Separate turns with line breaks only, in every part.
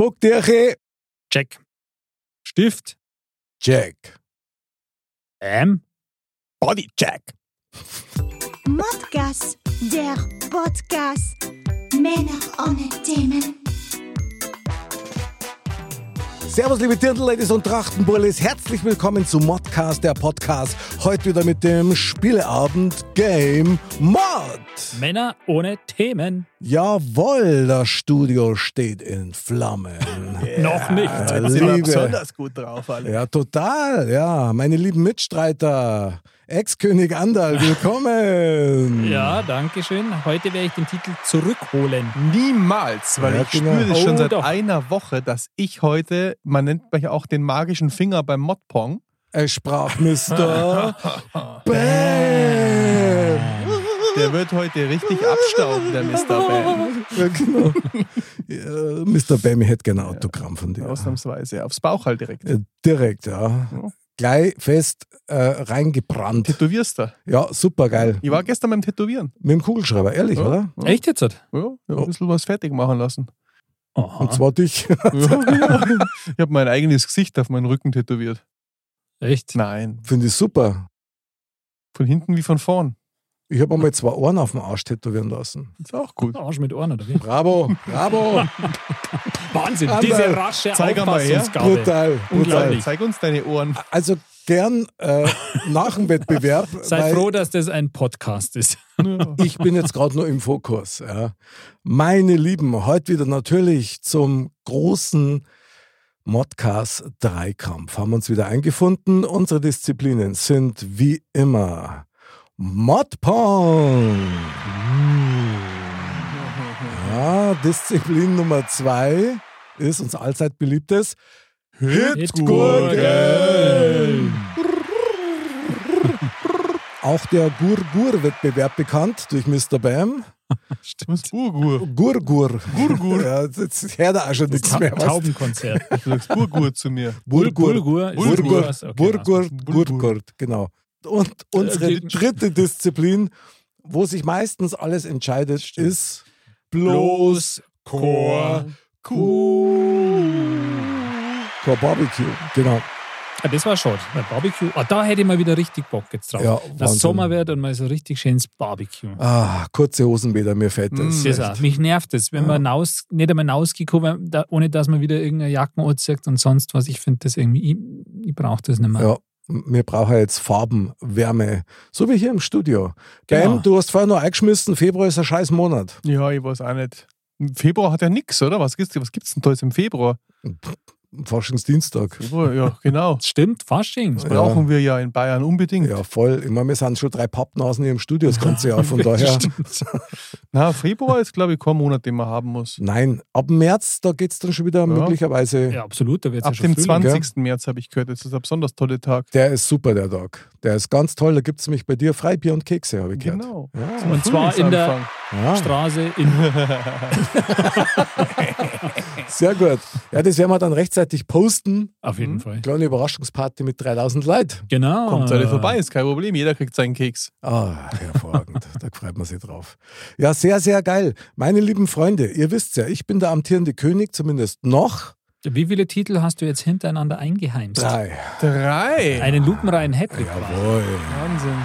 Spuckdirche,
Check. Stift.
check.
Ähm.
Bodycheck.
Modcast, der Podcast. Männer ohne Themen.
Servus, liebe Dirndl-Ladies und Trachtenbullis. Herzlich willkommen zu Modcast, der Podcast. Heute wieder mit dem Spieleabend Game Mod.
Männer ohne Themen.
Jawohl, das Studio steht in Flammen.
Noch nicht.
Ja,
sind wir
Liebe.
besonders gut drauf alle.
Ja, total. Ja, meine lieben Mitstreiter. Ex-König Andal, willkommen.
Ja, danke schön. Heute werde ich den Titel zurückholen.
Niemals, weil
Ja,
ich
genau.
spüre das schon
Oh,
seit
doch.
einer Woche, dass ich heute, man nennt mich auch den magischen Finger beim Modpong.
Es sprach Mr. Bam.
Der wird heute richtig abstauben, der Mr. Bam.
Ja, genau. ja, Mr. Bam, ich hätte gerne ein Autogramm von dir.
Ausnahmsweise. Aufs Bauch halt direkt.
Ja, Direkt, ja.
Ja.
Gleich fest äh, reingebrannt.
Tätowierst du.
Ja, super geil.
Ich war gestern beim Tätowieren.
Mit dem Kugelschreiber, ehrlich,
Ja.
oder?
Echt jetzt?
Ja, ich hab ein bisschen was fertig machen lassen.
Und
Aha.
zwar dich.
Ja, ja. Ich habe mein eigenes Gesicht auf meinen Rücken tätowiert.
Echt?
Nein,
Finde ich super.
von hinten wie von vorn.
Ich habe einmal zwei Ohren auf dem Arsch tätowieren lassen.
Ist auch gut.
Orange mit Ohren, oder wie?
Bravo, bravo.
Wahnsinn,
Aber
diese rasche
zeig einmal her.
Auffassungsgabe.
brutal, brutal.
Unglaublich.
Zeig uns deine Ohren.
Also gern äh, nach dem Wettbewerb.
Sei
weil
froh, dass das ein Podcast ist.
Ja.
Ich bin jetzt gerade nur im Fokus. Ja. Meine Lieben, heute wieder natürlich zum großen Modcast Dreikampf. Haben uns wieder eingefunden. Unsere Disziplinen sind wie immer Modpong. Ja, Disziplin Nummer zwei ist uns allzeit beliebtes Hitgurgeln. Auch der Gurgur-Wettbewerb bekannt durch Mr. Bam.
Was? Burgur.
Gurgur.
Gurgur.
Ja, jetzt hört er auch schon nichts
Ta
mehr. was-
Taubenkonzert.
Du sagst Burgur zu mir.
Burgur.
Bulgur. ist
Burgur,
was? Okay,
Burgur,
was?
Burgur, genau. Und unsere
Äh, die-
dritte Disziplin, wo sich meistens alles entscheidet, ist bloß
Los,
Chor.
Chor.
Core Barbecue. Genau.
Ah, das war schon. Bei Barbecue. Ah, da hätte ich mal wieder richtig Bock jetzt drauf.
Ja,
Dass
Wahnsinn.
Sommer wird und mal so richtig schönes Barbecue.
Ah, kurze Hosen wieder, mir fällt das.
Mm.
Das auch. Mich nervt es, wenn man naus, nicht einmal rausgekommen, da, ohne dass man wieder irgendeine Jacken anzieht und sonst was. Ich finde das irgendwie, ich, ich brauche das nicht mehr.
Ja, wir brauchen jetzt Farben, Wärme. So wie hier im Studio.
Genau.
Bam, du hast vorher noch eingeschmissen, Februar ist ein scheiß Monat.
Ja, ich weiß auch nicht. Im Februar hat ja nix, oder? Was gibt's, was gibt's denn da jetzt im Februar?
Forschungsdienstag.
Februar, ja, genau.
Stimmt, Fasching.
Das brauchen wir ja in Bayern unbedingt.
Ja, voll. Ich meine, wir sind schon drei Pappnasen hier im Studio das ganze Jahr. Von daher,
Na, Februar ist, glaube ich, kein Monat, den man haben muss.
nein, ab März, da geht es dann schon wieder möglicherweise.
Ja, absolut. Da wird es ja
Ab
schon
dem
Frühling.
20. März habe ich gehört, das ist ein besonders toller Tag.
Der ist super, der Tag. Der ist ganz toll. Da gibt es nämlich bei dir Freibier und Kekse, habe ich gehört.
Genau.
Ja. Ah.
Und zwar in der
Ja,
Straße in
sehr gut. Ja, das werden wir dann rechtzeitig posten.
auf jeden Fall.
Kleine Überraschungsparty mit 3000 Leuten.
Genau.
Mhm. Kommt alle vorbei, ist kein Problem. Jeder kriegt seinen Keks.
Ah, hervorragend. da freut man sich drauf. Ja, sehr, sehr geil. Meine lieben Freunde, ihr wisst ja, ich bin der amtierende König, zumindest noch.
Wie viele Titel hast du jetzt hintereinander eingeheimst?
Drei.
Drei.
Einen lupenreinen Hattrick.
Jawohl.
Wahnsinn.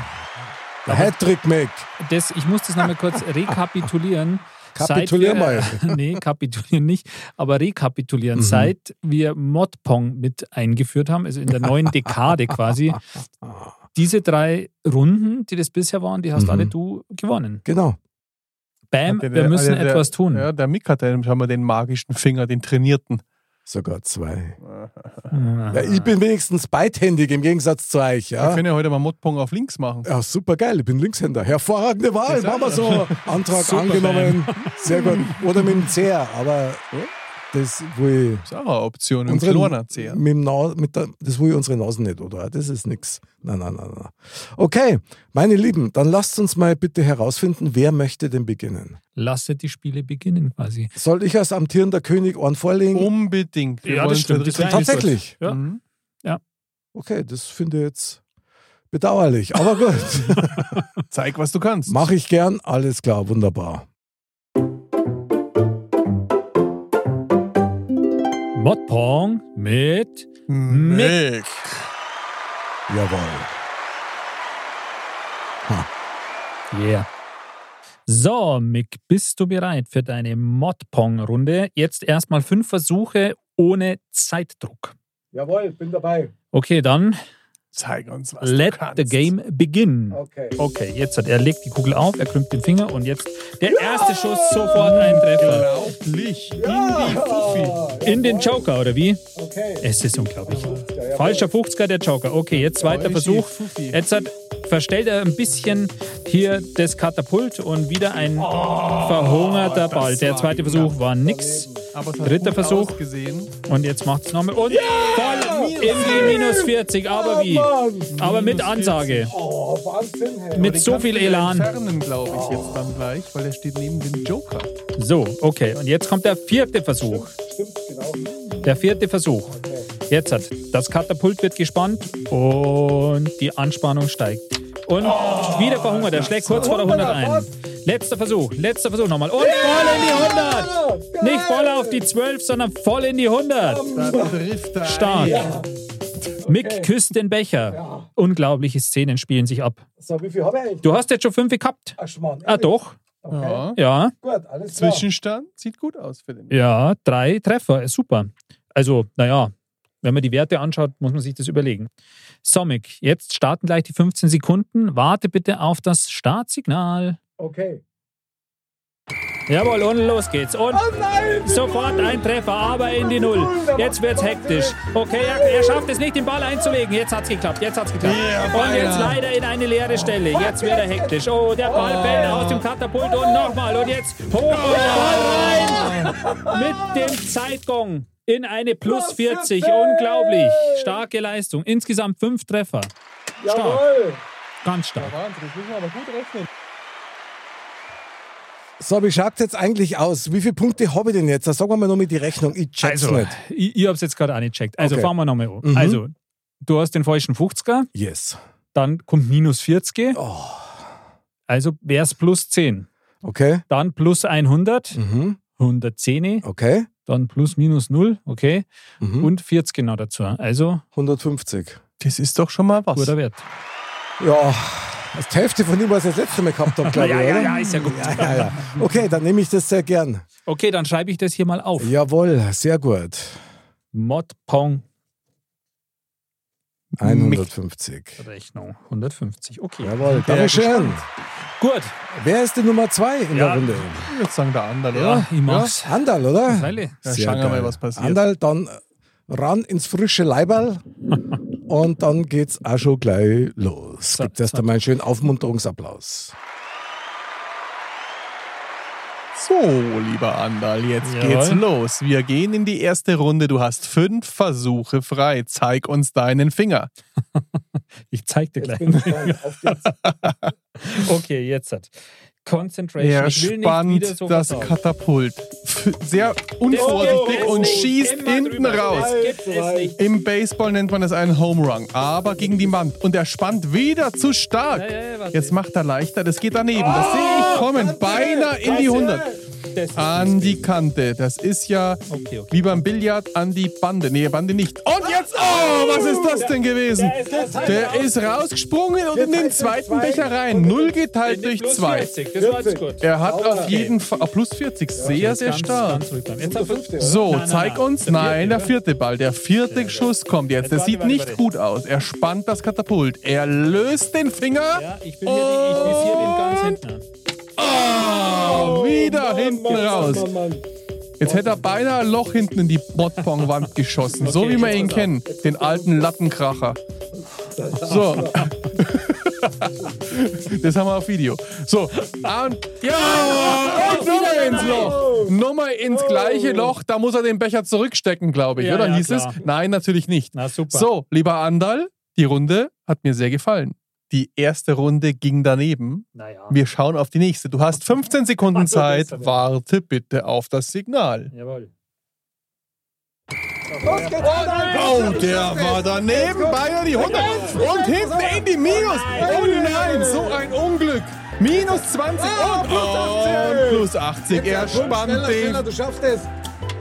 Der Hattrick, Mick.
das, ich muss das nochmal kurz rekapitulieren.
Kapitulier
Seit wir, nee, kapitulieren nicht, aber
Mhm.
rekapitulieren. Seit wir Modpong mit eingeführt haben, also in der neuen Dekade quasi, diese drei Runden, die das bisher waren, die hast
Mhm.
alle du gewonnen.
Genau.
Bam,
Hat der-
wir
der-
müssen
der- der-
etwas tun.
Ja, der Mick hat den, haben wir den magischen Finger, den trainierten.
Sogar zwei.
Mhm.
Ja, ich bin wenigstens beidhändig im Gegensatz zu euch.
Wir
Ja,
können ja heute mal Modpong auf links machen.
ja super geil, ich bin Linkshänder. Hervorragende Wahl, machen wir so. Antrag
Super,
angenommen. Sehr gut. Oder mit dem Zeher, aber das will
Ist auch eine Option. um
ich.
Im kleiner Zeher.
mit dem Na, mit der, das will ich unsere Nasen nicht, oder? Das ist nix. Nein, nein, nein, nein. Okay, meine Lieben, dann lasst uns mal bitte herausfinden, wer möchte denn beginnen?
Lasset die Spiele beginnen quasi.
Soll ich als amtierender König einen vorlegen?
Oh Unbedingt. Wir wollen
Das
dritte-
wäre eigentlich so.
Tatsächlich?
Ja.
Mhm.
Okay, das finde ich jetzt bedauerlich, aber gut.
Zeig, was du kannst.
Mache ich gern, alles klar, wunderbar.
Modpong mit
Mick.
Jawohl.
Yeah. So, Mick, bist du bereit für deine Modpong-Runde? Jetzt erstmal fünf Versuche ohne Zeitdruck.
Jawohl, bin dabei.
Okay, dann
Zeig uns was.
let
du kannst.
the game begin.
Okay.
Okay, jetzt hat er legt die Kugel auf, er krümmt den Finger und jetzt der erste Schuss sofort ein Treffer.
Unglaublich. In die Fuffi.
Ja,
In den Joker, oder wie?
okay.
Es ist unglaublich.
jawohl.
Falscher 50er, der Joker. Okay, jetzt zweiter
Falsche
Versuch.
Fuffi.
Jetzt hat, verstellt er ein bisschen hier das Katapult und wieder ein
Oh,
verhungerter Ball. Der
war
zweite
knapp
Versuch war nix.
Aber es hat
Dritter
gut
Versuch.
ausgesehen.
Und jetzt macht's nochmal. Und voll in die minus 40. Aber wie? Aber mit
Minus
Ansage.
Oh, Wahnsinn, hey.
Mit so
kannst
viel
du ja
Elan.
entfernen, glaube ich, jetzt dann gleich, weil er steht neben dem Joker.
So, okay. Und jetzt kommt der vierte Versuch.
Stimmt, genau.
Der vierte Versuch. Jetzt hat das Katapult wird gespannt und die Anspannung steigt. Und wieder verhungert. Er schlägt kurz vor der 100 ein. Letzter Versuch. Letzter Versuch nochmal. Und voll in die 100. Nicht voll auf die 12, sondern voll in die 100.
Da trifft er ein.
Stark. Mick küsst den Becher. Unglaubliche Szenen spielen sich ab.
So, wie viel habe ich eigentlich?
Du hast jetzt schon fünf gehabt.
Ach, Schmarrn.
Ah, doch.
Okay.
Ja.
Ja,
Gut, alles klar.
Zwischenstand sieht gut aus für den.
ja, drei Treffer. Ist super. Also, naja, wenn man die Werte anschaut, muss man sich das überlegen. Somic, jetzt starten gleich die 15 Sekunden. Warte bitte auf das Startsignal.
Okay.
Jawohl, und los geht's. Und sofort ein Treffer, aber in die Null. Jetzt wird's hektisch. Okay, er, er schafft es nicht, den Ball einzulegen. Jetzt hat's geklappt, jetzt hat's geklappt. und jetzt leider in eine leere Stelle. Jetzt wird er hektisch. Oh, der Ball fällt aus dem Katapult und nochmal. Und jetzt hoch und der Ball rein mit dem Zeitgong. In eine plus 40. Unglaublich. Starke Leistung. Insgesamt fünf Treffer.
Jawohl.
Ganz stark.
Wahnsinn, das müssen wir aber gut rechnen.
So, wie schaut jetzt eigentlich aus? Wie viele Punkte habe ich denn jetzt? Da sagen wir mal nochmal die Rechnung. Ich check's
Also,
nicht.
ich, ich habe es jetzt gerade angecheckt. Also
Okay.
fahren wir nochmal an.
Mhm.
Also, du hast den falschen 50er,
Yes.
dann kommt minus 40. Also wäre es plus 10.
Okay.
Dann plus 100,
Mhm.
110,
Okay.
dann plus minus 0, okay.
Mhm.
Und 40 genau dazu. Also
150.
Das ist doch schon mal was.
guter Wert.
Ja, das ist die Hälfte von dem, was ich das letzte Mal gehabt habe, glaube ich.
Ja, ja,
oder?
ja, ist ja gut.
Ja, ja, ja. Okay, dann nehme ich das sehr gern.
Okay, dann schreibe ich das hier mal auf.
Jawohl, sehr gut.
Modpong
150.
Rechnung 150. Okay.
Jawohl, Dankeschön.
Gut.
Wer ist die Nummer 2 in
Ja.
der Runde?
Ich würde sagen, der andere.
Ja, ich mach's.
Andal, oder?
Freilich.
Ja,
Sehr
schauen wir mal,
geil.
was passiert.
Andal, dann ran ins frische Leiberl und dann geht's auch schon gleich los.
So,
Gibt erst
so.
einmal einen schönen Aufmunterungsapplaus.
So, lieber Andal, jetzt
Jawohl.
geht's los. Wir gehen in die erste Runde. Du hast fünf Versuche frei. Zeig uns deinen Finger.
Ich zeig dir gleich.
auf geht's.
Okay, jetzt hat. Concentration.
Er
ich will nicht wieder
spannt
sowas
das
auf.
Katapult f- sehr unvorsichtig
Oh,
und
es
schießt
geht immer
hinten
drüber.
raus.
Es gibt es nicht.
Im Baseball nennt man das einen Home Run, aber gegen die Wand. Und er spannt wieder zu stark.
Ja, ja, ja, warte.
Jetzt macht er leichter, das geht daneben. Das sehe ich kommen. Beinahe in die 100.
Das ist
An die Kante. Das ist ja
Okay, okay.
wie beim Billard an die Bande. Nee, Bande nicht. Und jetzt, oh, was ist das denn gewesen? Der ist rausgesprungen und in den zweiten Becher rein. Null geteilt durch
plus
zwei.
40, Das war jetzt gut.
Er hat auf jeden Fall, ah, plus 40, sehr, sehr
Ganz,
stark.
ganz ruhig bleiben. Jetzt hat fünfte.
So,
Nein, nein,
zeig
nein.
uns.
Der vierte,
nein, der
oder?
vierte Ball. Der vierte Schuss kommt jetzt. Das
warte,
sieht
warte,
nicht
warte.
gut aus. Er spannt das Katapult. Er löst den Finger.
Ja, ich bin hier, ich bin hier den ganz hinten an.
Oh, wieder hinten raus. Jetzt hätte er beinahe ein Loch hinten in die Modpong-Wand geschossen. so
Okay,
wie wir
jetzt
ihn
pass auf.
kennen. Den alten Lattenkracher. So. Das haben wir auf Video. So, und, ja, und nochmal ins Loch. Nochmal ins gleiche Loch. Da muss er den Becher zurückstecken, glaube ich,
Oh. Ja,
oder?
ja,
Hieß
klar.
es? Nein, natürlich nicht.
Na super.
So, lieber Andal, die Runde hat mir sehr gefallen. Die erste Runde ging daneben.
Naja.
Wir schauen auf die nächste. Du hast 15 Sekunden Zeit. Warte bitte auf das Signal.
Jawohl.
Oh, der war daneben. Beinahe die 100. Und hinten in die Minus. Oh nein, so ein Unglück. Minus 20
Ah,
und und plus 80. Er spannt den.
Du schaffst es.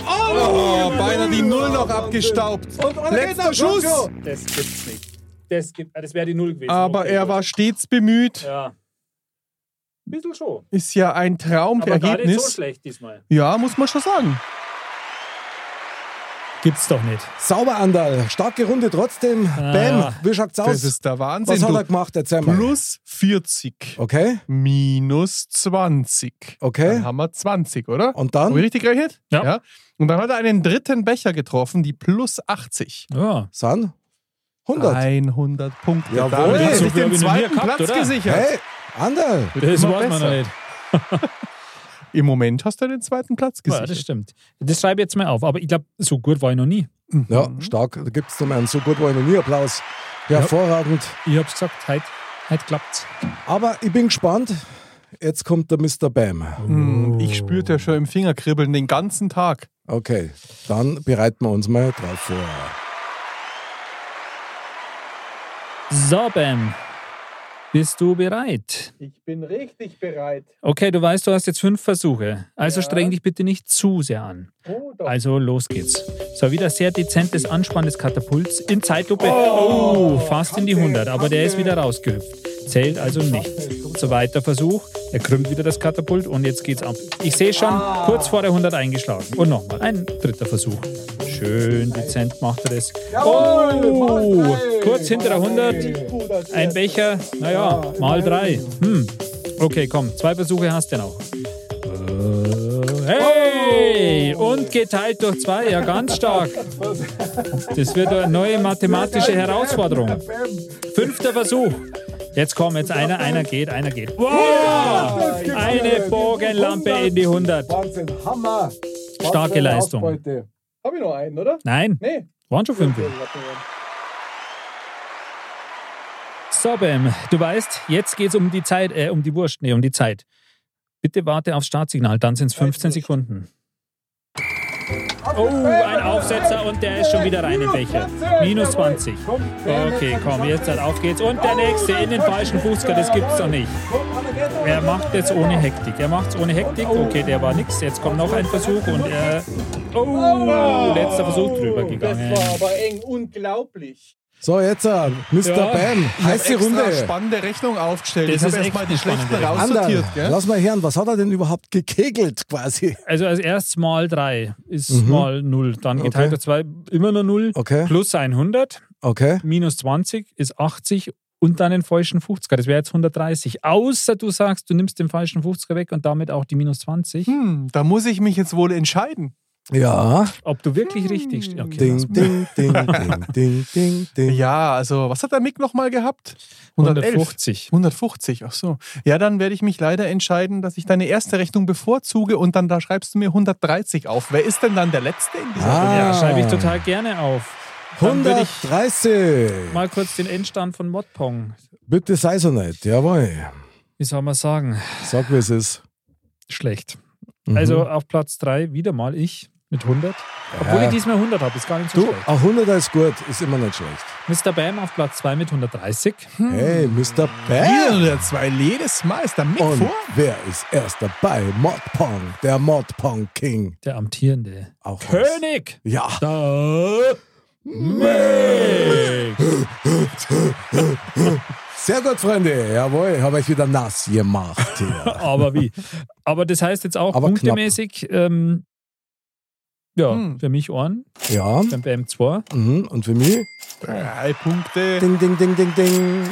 Oh, beinahe die die Null noch abgestaubt. Letzter Schuss.
Das gibt's nicht. Das, gibt, ah, das wäre die Null gewesen.
Aber
Okay,
er
gut.
war stets bemüht.
Ja. Ein bisschen schon.
Ist ja ein
Aber gar nicht so
Traumergebnis.
schlecht diesmal.
Ja, muss man schon sagen.
Gibt's doch nicht.
Sauber, Andal. Starke Runde trotzdem.
Ah.
Bam. Wie schaut's aus?
Das ist der Wahnsinn.
Was hat er
Du.
gemacht? Erzähl mal.
Plus 40
Okay,
minus 20.
okay.
Dann haben wir 20, oder?
Und
Haben wir
dann?
richtig gerechnet?
Ja.
Und dann hat er einen dritten Becher getroffen, die plus 80.
Ja.
San? 100.
100 Punkte.
Jawohl.
Damit hat er sich
So viel
den
habe ich noch nie
zweiten
gehabt,
Platz
oder?
gesichert.
Hey, Andal.
Wird
Das
immer
weiß man
besser.
noch nicht.
Im Moment hast du den zweiten Platz
Ja,
gesichert.
das stimmt. Das schreibe ich jetzt mal auf. Aber ich glaube, so gut war ich noch nie.
Ja,
Mhm.
stark. Da gibt's zum einen so gut war ich noch nie Applaus. Hervorragend.
Ich hab's gesagt, heute, heute klappt's.
Aber ich bin gespannt. Jetzt kommt der Mr. Bam.
Hm, Ich spürte ja schon im Fingerkribbeln den ganzen Tag.
Okay, dann bereiten wir uns mal drauf vor.
So, Bam. Bist du bereit?
Ich bin richtig bereit.
Okay, du weißt, du hast jetzt fünf Versuche. Also streng dich bitte nicht zu sehr an. Also los geht's. So, wieder sehr dezentes Anspannen des Katapults in Zeitlupe. Oh, fast in die 100, aber der ist wieder rausgehüpft. Zählt also nicht. So, weiter Versuch. Er krümmt wieder das Katapult und jetzt geht's ab. Ich sehe schon, kurz vor der 100 eingeschlagen. Und nochmal, ein dritter Versuch. Schön dezent macht er das. Oh, kurz hinter der 100. Ein Becher, naja, mal drei. Hm. Okay, komm, zwei Versuche hast du noch. Hey! Und geteilt durch zwei, ja, ganz stark. Das wird eine neue mathematische Herausforderung. Fünfter Versuch. Jetzt komm, jetzt einer, einer geht, einer geht. Wow! Eine Bogenlampe in die 100.
Wahnsinn, Hammer.
Starke für eine Leistung. Ausbeute.
Hab ich noch einen, oder?
Nein,
Nee.
waren schon fünf. So, Bam, du weißt, jetzt geht's um die Zeit, äh, um die Wurst, nee, um die Zeit. Bitte warte aufs Startsignal, dann sind's 15 Sekunden. Oh, ein Aufsetzer und der ist schon wieder rein im Becher. Minus 20. Okay, komm, jetzt halt auf geht's. Und der
Oh,
nächste in den falschen Fußker, das gibt's doch nicht. Er macht das ohne Hektik. Er macht's ohne Hektik. Okay, der war nix. Jetzt kommt noch ein Versuch und er. Oh, letzter Versuch drüber gegangen.
aber eng, unglaublich.
So, jetzt, äh, Mr.
Ja.
Bam,
Heiße
heiße
extra
Runde.
spannende Rechnung aufgestellt.
Das
ich
ist
habe
echt
erstmal die schlechten
spannende Rechnung.
Andal,
raussortiert. Gell?
lass mal hören, was hat er denn überhaupt gekegelt quasi?
Also als erstes mal 3 ist mal 0, dann geteilt durch 2 immer nur 0,
Mhm. Okay.
plus 100,
Okay,
minus 20 ist 80 und dann den falschen 50er, das wäre jetzt 130. Außer du sagst, du nimmst den falschen 50er weg und damit auch die minus 20,
Hm, da muss ich mich jetzt wohl entscheiden.
ja.
ob du wirklich richtig stehst. Okay, lass
Hm. Ding, ding,
mal.
ding, ding, ding, ding, ding.
Ja, also, was hat der Mick nochmal gehabt?
150.
150, ach so. Ja, dann werde ich mich leider entscheiden, dass ich deine erste Rechnung bevorzuge und dann da schreibst du mir 130 auf. Wer ist denn dann der Letzte in dieser
Ah.
Ja, schreibe ich total gerne auf. Dann würde ich
130.
mal kurz den Endstand von Modpong,
Bitte sei so nett, jawohl.
wie soll man sagen,
Sag, wie es ist.
schlecht.
Mhm.
Also auf Platz 3 wieder mal ich mit 100. Obwohl
Ja.
ich diesmal 100 habe, ist gar nicht so
Du,
schlecht.
ein 100er ist gut, ist immer nicht schlecht.
Mr. Bam auf Platz 2 mit 130.
Hey, Mr. Bam.
Hier der zwei jedes Mal ist der Mick
Und
vor.
wer ist erst dabei? Modpong, der Modpong King.
Der amtierende
Auch was.
König.
Ja,
Da Mix.
sehr gut, Freunde. Jawohl, habe ich wieder nass gemacht hier.
Aber wie? Aber das heißt jetzt auch
Aber knapp.
punktemäßig, ähm, ja,
Hm.
für mich Ohren,
ja,
beim Bam 2.
mhm. und für mich?
Drei Punkte.
Ding, ding, ding, ding, ding.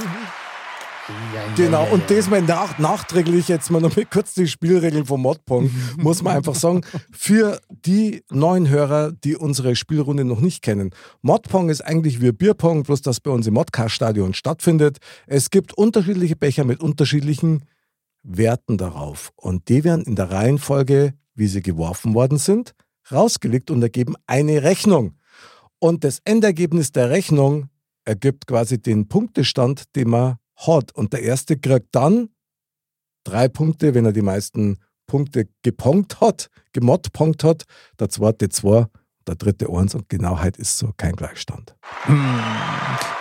Genau, und diesmal nach, nachträglich jetzt mal noch mal kurz die Spielregeln vom Modpong, muss man einfach sagen, für die neuen Hörer, die unsere Spielrunde noch nicht kennen. Modpong ist eigentlich wie Bierpong, bloß das bei uns im Modcast-Stadion stattfindet. Es gibt unterschiedliche Becher mit unterschiedlichen Werten darauf. Und die werden in der Reihenfolge, wie sie geworfen worden sind, rausgelegt und ergeben eine Rechnung. Und das Endergebnis der Rechnung ergibt quasi den Punktestand, den man hat. Und der Erste kriegt dann drei Punkte, wenn er die meisten Punkte geponkt hat, gemottponkt hat. Der Zweite zwei, der dritte eins und Genauheit ist so kein Gleichstand.
Hm,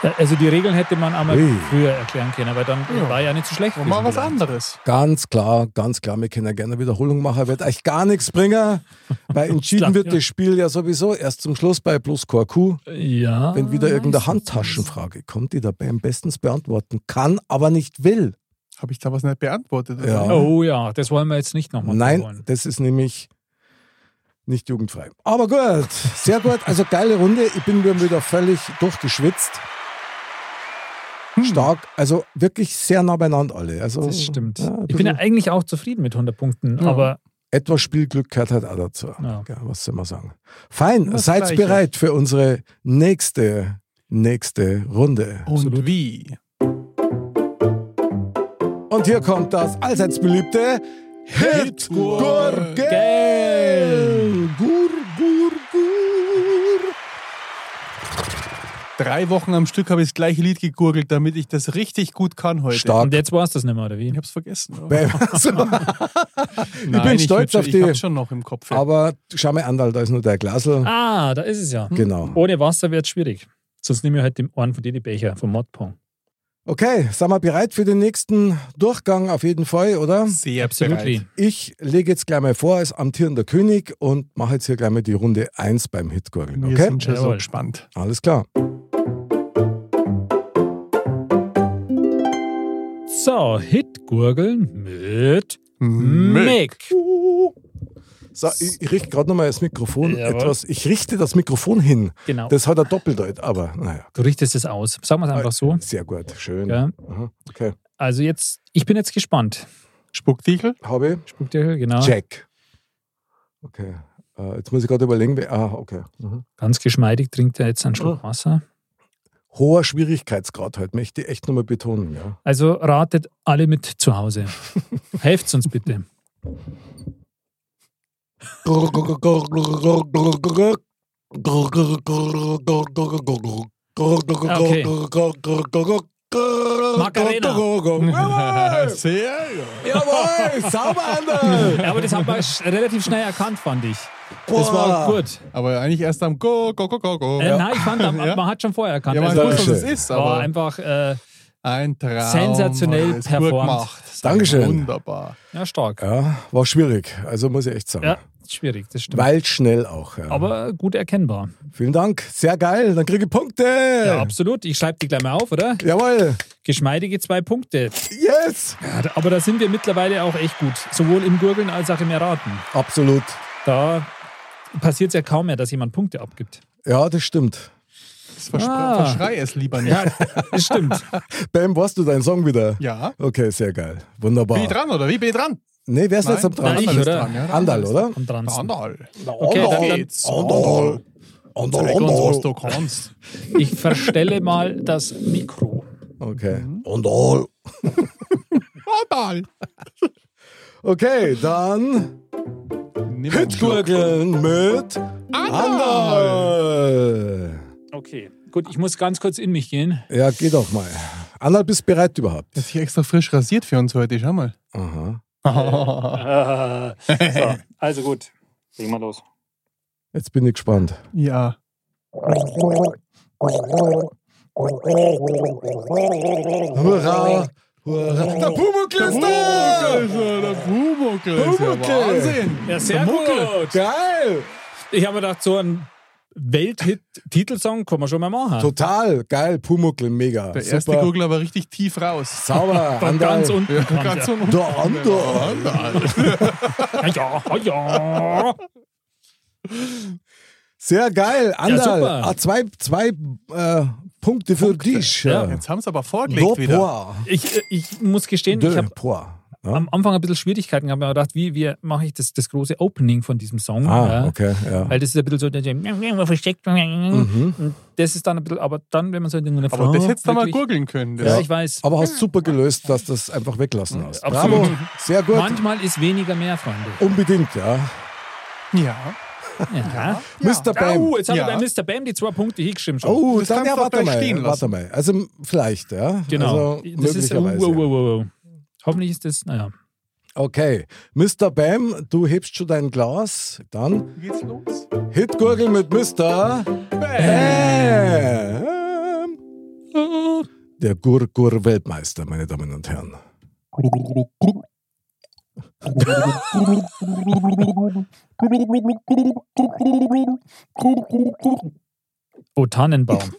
Ja, Also die Regeln hätte man einmal
Ui.
früher erklären können, aber dann
Ja.
war ja nicht so schlecht.
Und mal
gewesen,
was
die Leistung.
anderes.
Ganz klar, ganz klar, wir können ja gerne eine Wiederholung machen, wird euch gar nichts bringen, weil entschieden
Klar,
wird
ja.
das Spiel ja sowieso erst zum Schluss bei Plus Q,
Ja.
wenn wieder irgendeine Handtaschenfrage kommt, die der Bam bestens beantworten kann, aber nicht will.
Habe ich da was nicht beantwortet? oder?
Ja.
Oh ja, das wollen wir jetzt nicht nochmal
Nein,
wiederholen.
das ist nämlich nicht jugendfrei. Aber gut, sehr gut. Also geile Runde. Ich bin mir wieder völlig durchgeschwitzt. Stark, also wirklich sehr nah beieinander alle. Also,
Hm. Das stimmt.
Ja, ein
ich bin ja
bisschen-
eigentlich auch zufrieden mit 100 Punkten,
Ja.
aber
etwas Spielglück gehört halt auch dazu.
Ja.
Gell, was soll man sagen? Fein,
Das
seid
Gleiche.
bereit für unsere nächste, nächste Runde.
Und
Absolut.
wie?
Und hier kommt das allseits beliebte Hit Gurgeln. Gur, gur, gur.
Drei Wochen am Stück habe ich das gleiche Lied gegurgelt, damit ich das richtig gut kann heute.
Stark.
und jetzt war es das nicht mehr, oder wie?
Ich hab's vergessen. oder?
Bäm. So. ich bin
Nein,
stolz
würd-
auf
Ich
die.
hab's schon noch im Kopf.
Aber schau mal an, da ist nur der Glasel.
Ah, da ist es ja.
Genau.
Ohne Wasser wird es schwierig. Sonst nehme ich halt den einen von dir die Becher vom Modpong.
Okay, sind wir bereit für den nächsten Durchgang auf jeden Fall, oder?
Sehr
Absolutely.
bereit.
Ich lege jetzt gleich mal vor als amtierender König und mache jetzt hier gleich mal die Runde 1 beim Hitgurgeln.
Wir
Okay?
sind schon so
Jawohl.
Also gespannt.
Alles klar.
So, Hitgurgeln mit Mick.
So, ich, ich richte gerade nochmal das Mikrofon
Jawohl.
etwas. Ich richte das Mikrofon hin.
Genau.
Das hat er doppeldeut, aber naja.
du richtest es aus. Sagen wir es einfach so.
Sehr gut, schön.
Ja.
Aha, Okay.
Also jetzt, ich bin jetzt gespannt.
Spuckdichel?
Habe
Spuck dir, genau.
ich. Check. Okay. Äh, jetzt muss ich gerade überlegen. wer- Ah, okay. Mhm.
Ganz geschmeidig trinkt er jetzt einen Schluck
Oh.
Wasser.
hoher Schwierigkeitsgrad heute, möchte ich echt nochmal betonen. Ja.
Also ratet alle mit zu Hause. Helft uns bitte.
Jawohl,
Sehr gut.
sauber, Anderl.
Ja, aber das haben wir sch- relativ schnell erkannt, fand ich. Das
Boah.
war gut.
Aber eigentlich erst am Go, Go, Go, Go, Go.
Äh, Nein, ich fand, man
Ja.
man hat schon vorher erkannt.
Ja, man
Also,
Dankeschön.
wusste, was es ist,
war
aber
einfach äh,
ein Traum.
sensationell
Alles gut
performt.
gemacht.
Dankeschön.
Wunderbar.
ja, stark.
Ja, war schwierig, also muss ich echt sagen.
Ja, schwierig, das stimmt.
Weil schnell auch. Ja.
aber gut erkennbar.
Vielen Dank, sehr geil, dann kriege ich Punkte.
Ja, absolut. Ich schreibe die gleich mal auf, oder?
Jawohl,
Geschmeidige zwei Punkte.
yes,
Ja, da- aber da sind wir mittlerweile auch echt gut. Sowohl im Gurgeln als auch im Erraten.
absolut.
Da passiert es ja kaum mehr, dass jemand Punkte abgibt.
Ja, das stimmt.
Das verspr-
Ah.
Verschrei es lieber nicht.
Ja, das stimmt.
Bam, warst du deinen Song wieder?
Ja.
Okay, sehr geil, wunderbar.
Bin ich dran, oder wie? Bin ich dran?
Nee, wer ist
Nein,
jetzt am dran?
Nein, ich,
Anderl ist
oder?
Dran, ja? Der
Anderl, oder?
Am dransten.
Anderl.
Okay, dann-
Anderl
dann-
geht's.
Anderl. Anderl,
Zeig uns, was du
Anderl.
kannst.
Ich verstelle mal das Mikro.
Okay. Anderl.
Anderl.
Okay, dann
Nimm einen Schluck.
Hitgurgeln mit Anderl.
Okay. Gut, ich muss ganz kurz in mich gehen.
Ja, geh doch mal. Anderl, bist du bereit überhaupt?
Jetzt hier extra frisch rasiert für uns heute, schau mal.
Aha.
also gut. Legen wir los.
Jetzt bin ich gespannt.
ja.
Hurra! Hurra! Der Pumuckl
Also,
ist
Der Pumuckl ist ja
Pumuckl.
Wahnsinn.
Ja, sehr
da!
gut.
Geil!
Ich habe mir gedacht, so ein Welthit-Titelsong kann man schon mal machen.
Total geil, Pumuckl, mega.
Der erste
Super.
Gurgler war richtig tief raus.
Sauber,
Von ganz
Anderl.
unten. kommt er.
Ganz so ein
Der Anderl.
Ah Ja, ja, ja.
Sehr geil, Anderl.
super.
ah, zwei zwei äh, Punkte für dich.
Ja,
Jetzt haben sie aber vorgelegt
Do
wieder.
Poir.
Ich, äh, ich muss gestehen, ich
De
habe
Poir. Ja?
am Anfang ein bisschen Schwierigkeiten gehabt. Ich habe gedacht, wie, wie mache ich das, das große Opening von diesem Song?
Ah,
ja.
okay. Ja. Mhm.
Weil das ist ein bisschen so, der- der- versteckt. Und das ist dann ein bisschen, aber dann, wenn man so in den
Aber das hättest du mal
wirklich-
gurgeln können. Das
Ja, ich weiß.
Aber
Ah.
hast super gelöst, dass das einfach weglassen hast.
Absolut.
Bravo, sehr gut.
Manchmal ist weniger mehr, Freunde.
Unbedingt, ja.
Ja.
Ja.
Mr. Bam.
Au, jetzt haben
Ja.
wir bei Mr. Bam die zwei Punkte hingeschrieben schon.
Oh,
Das
dann
kannst
ja,
du auch
warte
gleich
mal.
stehen
Warte
lassen.
mal. Also vielleicht, ja.
genau.
Also,
das ist,
möglicherweise.
wow, wow, wow, wow. Hoffentlich ist das, naja.
Okay. Mr. Bam, du hebst schon dein Glas. Dann
Geht's los?
Hitgurgel mit Mr. Bam. Der Gurgur-Weltmeister, meine Damen und Herren.
Oh, Tannenbaum.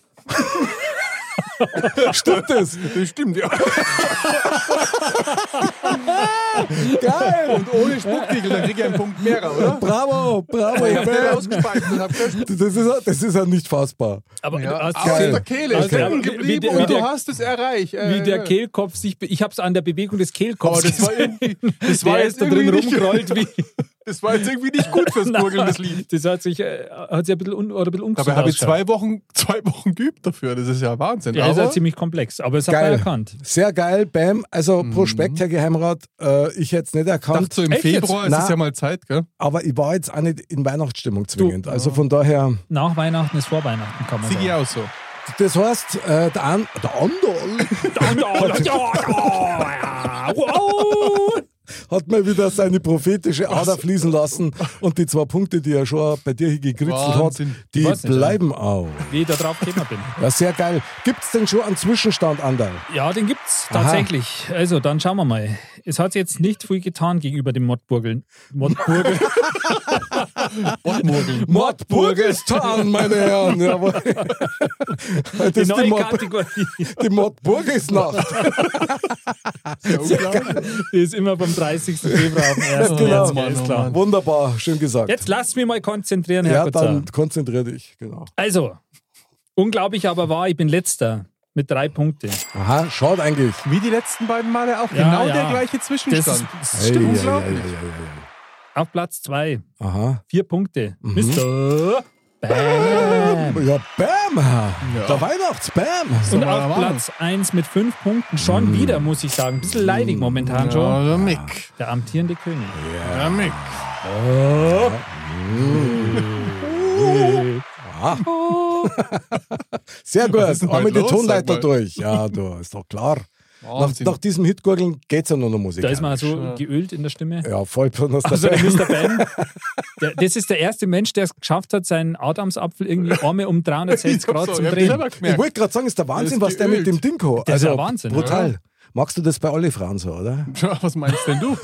Stimmt es?
Das stimmt, ja.
Geil!
Oh, Und ohne Spucktiegel, dann krieg ich einen Punkt mehr, oder?
Bravo, bravo,
Ich hab den
Bam.
ausgespeichert und hab gesagt,
Das ist, das ist ja nicht fassbar.
Aber
ja,
du hast
aus
geil.
der Kehle, ist
Okay. Also,
hängen
Wie
geblieben
der- wie
und du
der-
hast es erreicht. Äh,
wie der
ja.
Kehlkopf sich. be- Ich habe es an der Bewegung des
Aber
Kehlkopfs
das war
gesehen.
irgendwie, das war
der
jetzt
ist da drin
irgendwie nicht,
rumgerollt wie.
das war jetzt irgendwie nicht gut fürs Gurgeln, das Lied.
Das hat sich, äh, hat sich ein bisschen, un, oder ein bisschen
Dabei
ungesund
habe ich
ausgeschaut.
zwei Wochen, zwei Wochen geübt dafür. Das ist ja Wahnsinn.
Ja, ist ja
Aber
ziemlich komplex, aber es hat
Geil.
man erkannt.
Sehr geil, Bam. Also Prospekt, Herr Geheimrat, äh, ich hätte es nicht erkannt,
Mhm. dachte so im
Echt jetzt?
Februar ist
Na.
es ja mal Zeit, gell?
aber ich war jetzt auch nicht in Weihnachtsstimmung zwingend. Also von daher,
Nach Weihnachten ist vor Weihnachten, kann man
Sigi
sagen.
auch so.
das heißt, äh, der, An der Andal hat mal wieder seine prophetische Ader fließen lassen und die zwei Punkte, die er schon bei dir hier gekritzelt hat,
Wahnsinn.
die
Ich weiß nicht,
bleiben auch.
Wie ich da drauf gekommen bin.
Ja, sehr geil. Gibt es denn schon einen Zwischenstand, Andal?
Ja, den gibt's tatsächlich. Also, dann schauen wir mal. Es hat jetzt nicht viel getan gegenüber dem Mottburgeln. Mottburgel.
Bottmurgeln.
Mordburg ist dran, meine Herren. Jawohl. Heute
die
ist die,
neue
Mord
Kategorie
die Mordburg ist Nacht.
Ja, unglaublich.
die ist immer vom 30. Februar auf den 1.
Genau.
März, gell,
Mann,
ist
oh
klar.
Mann.
Wunderbar, schön gesagt.
Jetzt lass mich mal konzentrieren, Herr
ja,
Kutzer.
dann konzentrier dich, genau.
Also, unglaublich aber wahr, ich bin letzter mit drei Punkten.
Aha, schaut eigentlich.
Wie die letzten beiden Male auch.
Ja,
genau
ja.
der gleiche
Das
Zwischenstand.
ist, das
Ei,
stimmt.
ei,
unglaublich.
ei, ei, ei,
Auf Platz zwei,
ei. Aha.
vier Punkte.
Mhm.
Mister Bam.
Ja, Bam! Der Weihnachtsbam!
Und
aber
auf
Wahnsinn.
Platz eins mit fünf Punkten schon
Mhm.
wieder, muss ich sagen. Ein bisschen leidig momentan schon.
der Mick.
Der amtierende König.
Der Mick.
Sehr
Was ist
gut,
denn
einmal
heute
die
los,
Tonleiter
sag mal?
durch. Ja, du, ist doch klar. Nach,
Wahnsinn.
nach diesem Hitgurgeln geht's ja nur noch Musik.
Da ist man so geölt in der Stimme.
ja, voll besonders
Also
dabei.
der Mr. Ben, der, das ist der erste Mensch, der es geschafft hat, seinen Adamsapfel irgendwie Arme um 360
Ich hab's
Grad
so-
zum
ich hab's
Drehen.
selber
Ich
gemerkt.
wollte gerade sagen, ist der Wahnsinn,
ist
was der mit
geölt.
dem Ding kann.
Der ist
also,
ja Wahnsinn,
Brutal. Magst du das bei alle Frauen so, oder?
Tja, Was meinst denn du?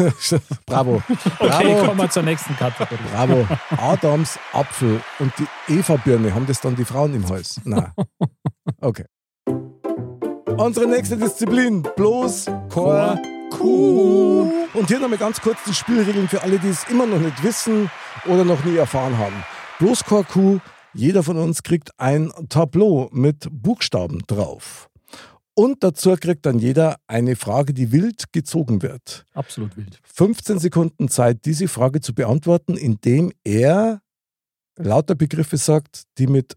Bravo.
Okay,
Bravo.
kommen wir zur nächsten Kategorie.
Bravo. Adams Apfel und die Eva-Birne haben das dann die Frauen im Hals. Na. Okay. Unsere nächste Disziplin, bloß Chor Kuh. Und hier nochmal ganz kurz die Spielregeln für alle, die es immer noch nicht wissen oder noch nie erfahren haben. Bloß Chor Kuh, jeder von uns kriegt ein Tableau mit Buchstaben drauf. Und dazu kriegt dann jeder eine Frage, die wild gezogen wird.
Absolut wild.
15 Sekunden Zeit, diese Frage zu beantworten, indem er lauter Begriffe sagt, die mit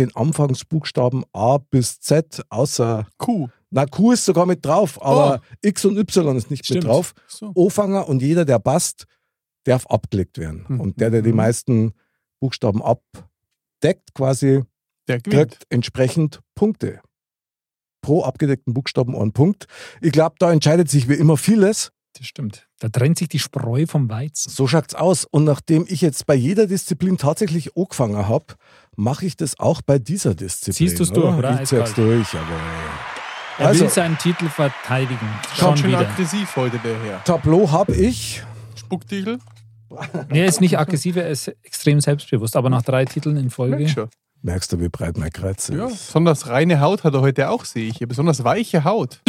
den Anfangsbuchstaben A bis Z außer.
Kuh.
Na, Q ist sogar mit drauf, aber
Oh.
X und Y ist nicht
Stimmt.
mit drauf.
So.
O-Fanger und jeder, der passt, darf abgelegt werden.
Mhm.
Und der, der die meisten Buchstaben abdeckt, quasi,
Der gewinnt.
kriegt entsprechend Punkte. Pro abgedeckten Buchstaben einen Punkt. Ich glaube, da entscheidet sich wie immer vieles.
Das stimmt. Da trennt sich die Spreu vom Weizen.
So schaut's aus. Und nachdem ich jetzt bei jeder Disziplin tatsächlich angefangen habe, mache ich das auch bei dieser Disziplin.
Ziehst du's durch, oder?
Ich zieh's
Eiskalt.
durch, aber.
Er
Also-
will seinen Titel verteidigen.
Schaut
Schon
schon
wieder.
aggressiv heute der Herr.
Tableau habe ich.
Spucktiegel.
Er ist nicht aggressiv, er ist extrem selbstbewusst. Aber nach drei Titeln in Folge.
Mensch,
Merkst du, wie breit mein Kreuz ist?
ja. Besonders reine Haut hat er heute auch, sehe ich. hier. Besonders weiche Haut.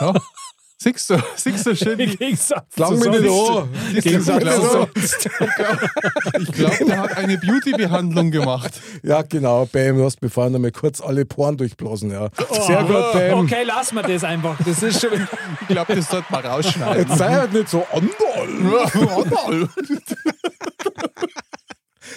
ja. Siehst du, siehst du schön, wie
Gegensatz.
Lang
zu
mir nicht
sonst.
an.
Gegensatz
Ich
zu
glaub-
sonst.
Ich glaube, der hat eine Beauty-Behandlung gemacht.
Ja, genau, Bam, du hast mir vorhin einmal kurz alle Poren durchblasen, ja.
Oh.
Sehr gut, Bam.
Ah, Okay, lassen wir das einfach. Das ist schon wieder.
Ich glaube, das sollte man rausschneiden.
Jetzt sei halt nicht so andol.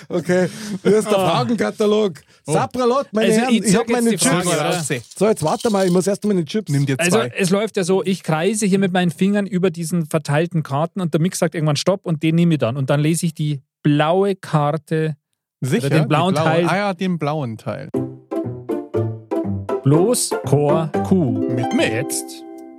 Okay, hier ist der Fragenkatalog. Sapralot, meine
Ah. Also, ich
Herren, ich,
zeig
habe meine
jetzt die
Chips.
Frage, oder?
So, jetzt warte mal, ich muss erst mal meine Chips.
Nimm dir
Also
zwei.
es läuft ja so, ich kreise hier mit meinen Fingern über diesen verteilten Karten und der Mix sagt irgendwann Stopp und den nehme ich dann. Und dann lese ich die blaue Karte
Sicher?
den
Die
blauen
blaue-
Teil.
Ah ja, den blauen Teil.
bloß Chor Q.
Mit mir.
Jetzt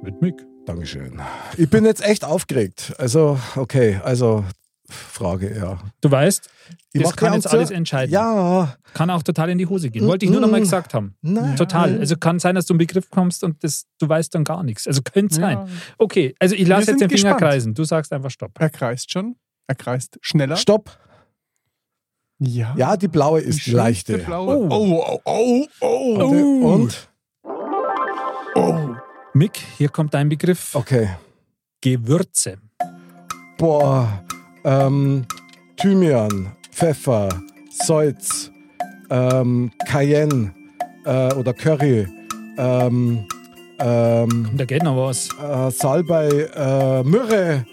mit Mick.
Dankeschön. Ich bin jetzt echt aufgeregt. Also, okay, also Frage, ja.
Du weißt,
Ich
das
mach
kann
die
jetzt
Angst,
alles
ja.
entscheiden.
Ja,
Kann auch total in die Hose gehen. Wollte ich nur nochmal gesagt haben.
nein.
Total. Also kann sein, dass du einen Begriff kommst und das, du weißt dann gar nichts. Also könnte sein. Okay, also ich
Wir
lasse jetzt
sind
den Finger
gespannt.
kreisen. Du sagst einfach Stopp.
Er kreist schon. Er kreist schneller.
Stopp.
Ja.
Ja, die blaue ist die
schönste
leichte.
Blaue. Oh, oh, oh, oh.
Und,
Oh.
und?
Mick, hier kommt dein Begriff.
Oh.
Okay.
Gewürze.
Boah. Ähm, Thymian, Pfeffer, Salz, ähm, Cayenne äh, oder Curry, ähm, ähm,
Da geht noch was.
äh, Salbei, äh, Myrrhe.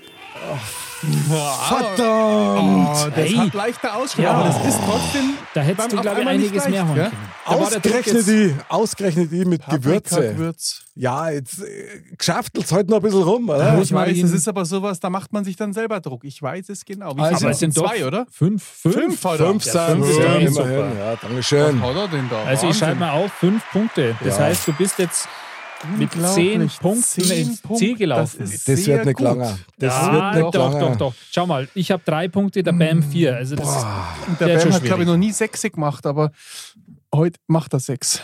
Ach,
Ah.
verdammt!
Oh, das
Hey.
hat leichter Ausschlag,
Ja.
aber das ist trotzdem.
Da hättest
Beim
du,
auf
glaube ich,
einmal nicht
einiges
leicht,
mehr holen
gell?
können. Da war der Druck
Ausgerechnet
jetzt-
die, ausgerechnet die mit Gewürze.
Gewürz.
Ja, jetzt äh, geschaffelt's heute noch ein bisschen rum, oder?
Ja.
Ich weiß,
Rosmarin.
das ist aber sowas, da macht man sich dann selber Druck. Ich weiß es genau. Wie
Also,
viel
Aber es sind doch
zwei, oder?
Fünf, fünf.
oder?
Fünf
Ja,
sind
fünf
es, ja,
sind
super.
immerhin. Ja,
Was
Dankeschön.
haut er denn da?
Also ich schreibe mal auf, fünf Punkte. Das
Ja.
heißt, du bist jetzt mit zehn
Unglaublich.
Punkten
Zehn
ins
Punkte,
Ziel gelaufen.
das ist
Das
sehr
wird nicht
gut.
langer. Das
ja,
wird nicht
Ah, doch,
langer.
doch, doch. Schau mal, ich habe drei Punkte, der
Mm.
Bam vier. Also das ist
Und
Der
Der
ist schon
Bam hat, glaube
schwierig.
ich, noch nie sechs gemacht, aber heute macht er sechs.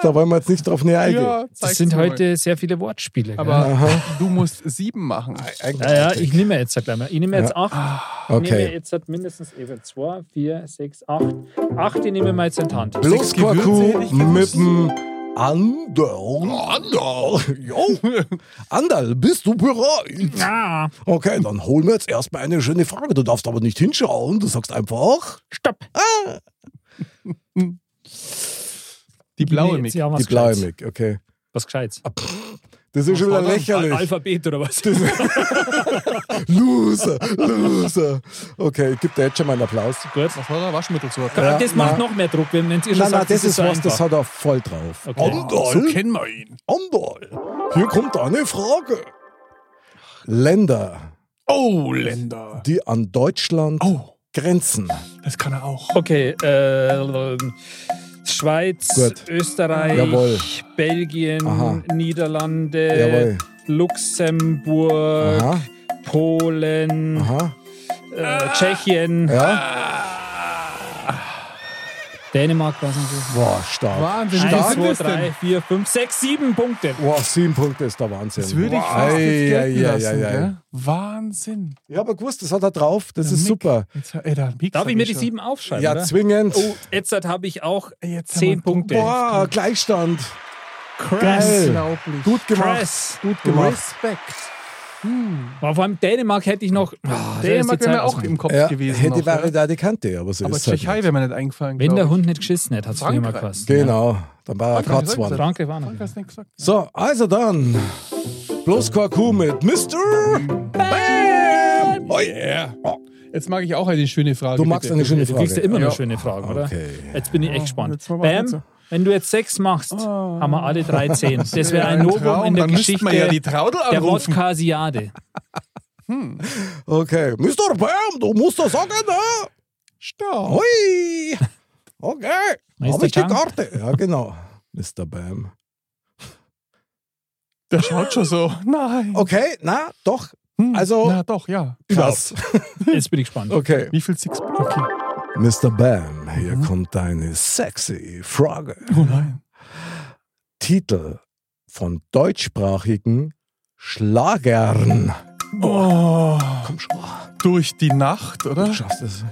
Da wollen wir jetzt nicht drauf näher eingehen. Ja.
zeig's
Das sind
mir mal.
heute sehr viele Wortspiele. gell?
Aber du musst sieben machen.
ja, ja, ich nehme jetzt halt gleich mal. Ich nehme jetzt
Ja.
acht. Ich nehme
Okay.
jetzt halt mindestens eben zwei, vier, sechs, acht. Acht, die nehmen wir jetzt in die Hand.
Bloß
Gewürze hätte
Korku
ich
mit
gewusst.
dem Anderl. Anderl. Jo. Anderl, bist du bereit?
Ah,
Okay, dann holen wir jetzt erstmal eine schöne Frage. Du darfst aber nicht hinschauen. Du sagst einfach.
stopp.
Die blaue
Nee,
Mick.
jetzt haben wir's
Die blaue
gescheit.
Mick, okay.
Was Gescheites.
Das ist schon wieder
war das?
lächerlich.
Alphabet oder was?
Loser, Loser. Okay, ich gebe dir jetzt schon mal einen Applaus.
Gut.
Was hat er? Waschmittelsorte.
Ja,
das macht
na.
noch mehr Druck, wenn es ihr
Nein,
schon
nein,
sagt,
das ist
so
was, das
einfach.
hat er voll drauf.
Okay.
So
Andal,
kennen wir ihn.
Andal, hier kommt eine Frage. Länder,
Oh, Länder.
die an Deutschland
Oh,
grenzen.
das kann er auch.
Okay, äh, Schweiz,
Gut.
Österreich,
Jawohl.
Belgien,
Aha.
Niederlande,
Jawohl.
Luxemburg,
Aha,
Polen,
aha.
äh, Tschechien,
Ah. Ja,
Dänemark, was nicht.
boah, stark.
Wahnsinn.
Eins,
Wie viel
zwei,
sind das
drei,
denn?
vier, fünf, sechs, sieben Punkte.
Boah, sieben Punkte ist der Wahnsinn.
Das würde ich
Wow.
fast
Ei,
jetzt
ei,
gelten
ei,
lassen,
ei, ei.
gell? Wahnsinn.
Ja, aber gewusst, das hat er drauf. Das
Der
ist
Mick.
super.
Jetzt, ey, da piekst
Darf
er
ich mir
mich
die
schon.
sieben aufschreiben?
Ja,
oder?
zwingend.
Oh, jetzt habe ich auch
Jetzt haben
zehn
wir
Punkte.
Punkte.
Boah, Gleichstand.
Krass.
Unglaublich.
Gut gemacht.
Krass.
Gut gemacht.
Respekt.
Aber vor allem Dänemark hätte ich noch. Ah, da ist die
Dänemark wäre
Zeit
mir auch
ausgegangen.
im Kopf
Ja,
gewesen.
hätte
noch,
ich wäre
ne?
da die Kante, aber so
Aber
ist halt
Tschechei
nicht.
wäre mir nicht eingefallen.
Wenn der
glaub ich.
Hund nicht geschissen hätte, hat es früher mal
Frankreich.
geheißen.
Genau, dann war er
Frankreich,
Kratz
Frankreich.
worden.
Franke war noch.
Frank hat's nicht gesagt.
So, also dann. Bloß Quarku mit Mr. Bam! Oh yeah!
Jetzt mag ich auch eine schöne Frage.
Du magst
bitte.
eine schöne
Du
Frage.
kriegst ja immer noch
Ja.
schöne Fragen, oder?
Okay.
Jetzt bin ich echt gespannt.
jetzt mal was dazu.
Bam, wenn du jetzt sechs machst, haben wir alle drei zehn. Das wäre ein Novum
Traum,
in der
dann müsste
Geschichte
man ja die Traudel
der
anrufen. Hm.
Wodkasiade.
Okay. Mr. Bam, du musst das sagen, ne?
Stopp.
Hui! Okay.
Meister
Hab ich die
Chang.
Karte? Ja, genau. Mr. Bam.
Der schaut schon so. Nein.
Okay, na, doch.
Hm,
Oh, also-
Na doch, ja.
Krass.
Jetzt bin ich gespannt.
Okay.
Wie viel Six? Okay.
Mr. Bam, hier kommt deine sexy Frage.
Oh nein.
Titel von deutschsprachigen Schlagern.
Oh.
Komm schon,
Durch die Nacht, oder?
du schaffst es.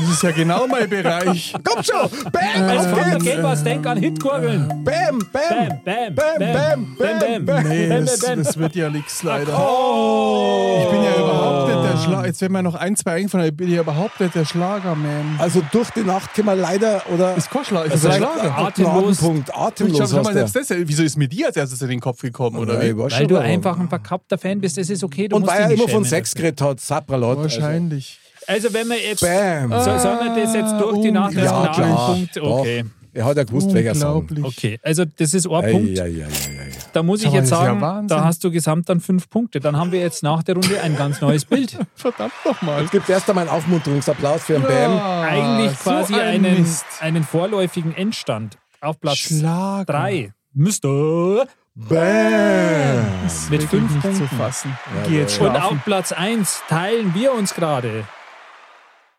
Das ist ja genau mein Bereich.
Komm schon! Bam!
Jetzt kommt der
Auf geht's!
Game was, denk an Hitkurbeln.
Bam, bam!
Bam, bam,
Bam, bam, bam,
bam, bam,
Nee,
bam,
das,
bam.
das wird ja nix leider.
Oh!
Ich bin ja überhaupt nicht der Schlager. Jetzt werden mir noch ein, zwei eingefallen. Ich bin ja überhaupt nicht der Schlagerman.
Also durch die Nacht können wir leider oder
Ist kein Schlager, ist ein
Also-
Schlager.
atemlos.
Punkt,
Ich
atemlos
glaube,
hast
mal
du.
selbst das. Wieso ist mir die als erstes in den Kopf gekommen, oder
Ja,
wie?
ich weiß
Weil
schon,
du
warum.
einfach ein verkappter Fan bist, das ist okay. Du
und
musst
weil
dich
er
nicht
immer von
schämen also.
Sex
dafür.
geredet hat, Sapralot.
Wahrscheinlich.
Also wenn wir jetzt...
Bam!
So, sollen wir das jetzt durch die Nacht
Ah, uh, Ja,
als klaren
klar.
Punkt?
Doch.
Okay.
Er hat ja gewusst, Also, welcher Song.
Unglaublich.
Okay, also das ist ein Punkt.
Ei, ei, ei, ei, ei.
Da muss ich
Aber
jetzt
das ist ja
sagen,
Wahnsinn.
da hast du gesamt dann fünf Punkte. Dann haben wir jetzt nach der Runde ein ganz neues Bild.
Verdammt nochmal.
Es gibt Also erst einmal einen Aufmunterungsapplaus für den Bam.
Eigentlich quasi
Ah, so ein
einen,
Mist.
einen vorläufigen Endstand auf Platz
Schlager.
drei. Müsste
Bam!
Mit fünf
nicht zu
Punkten.
fassen.
Jawohl.
Geh jetzt
Und
schlafen.
auf Platz 1 teilen wir uns gerade.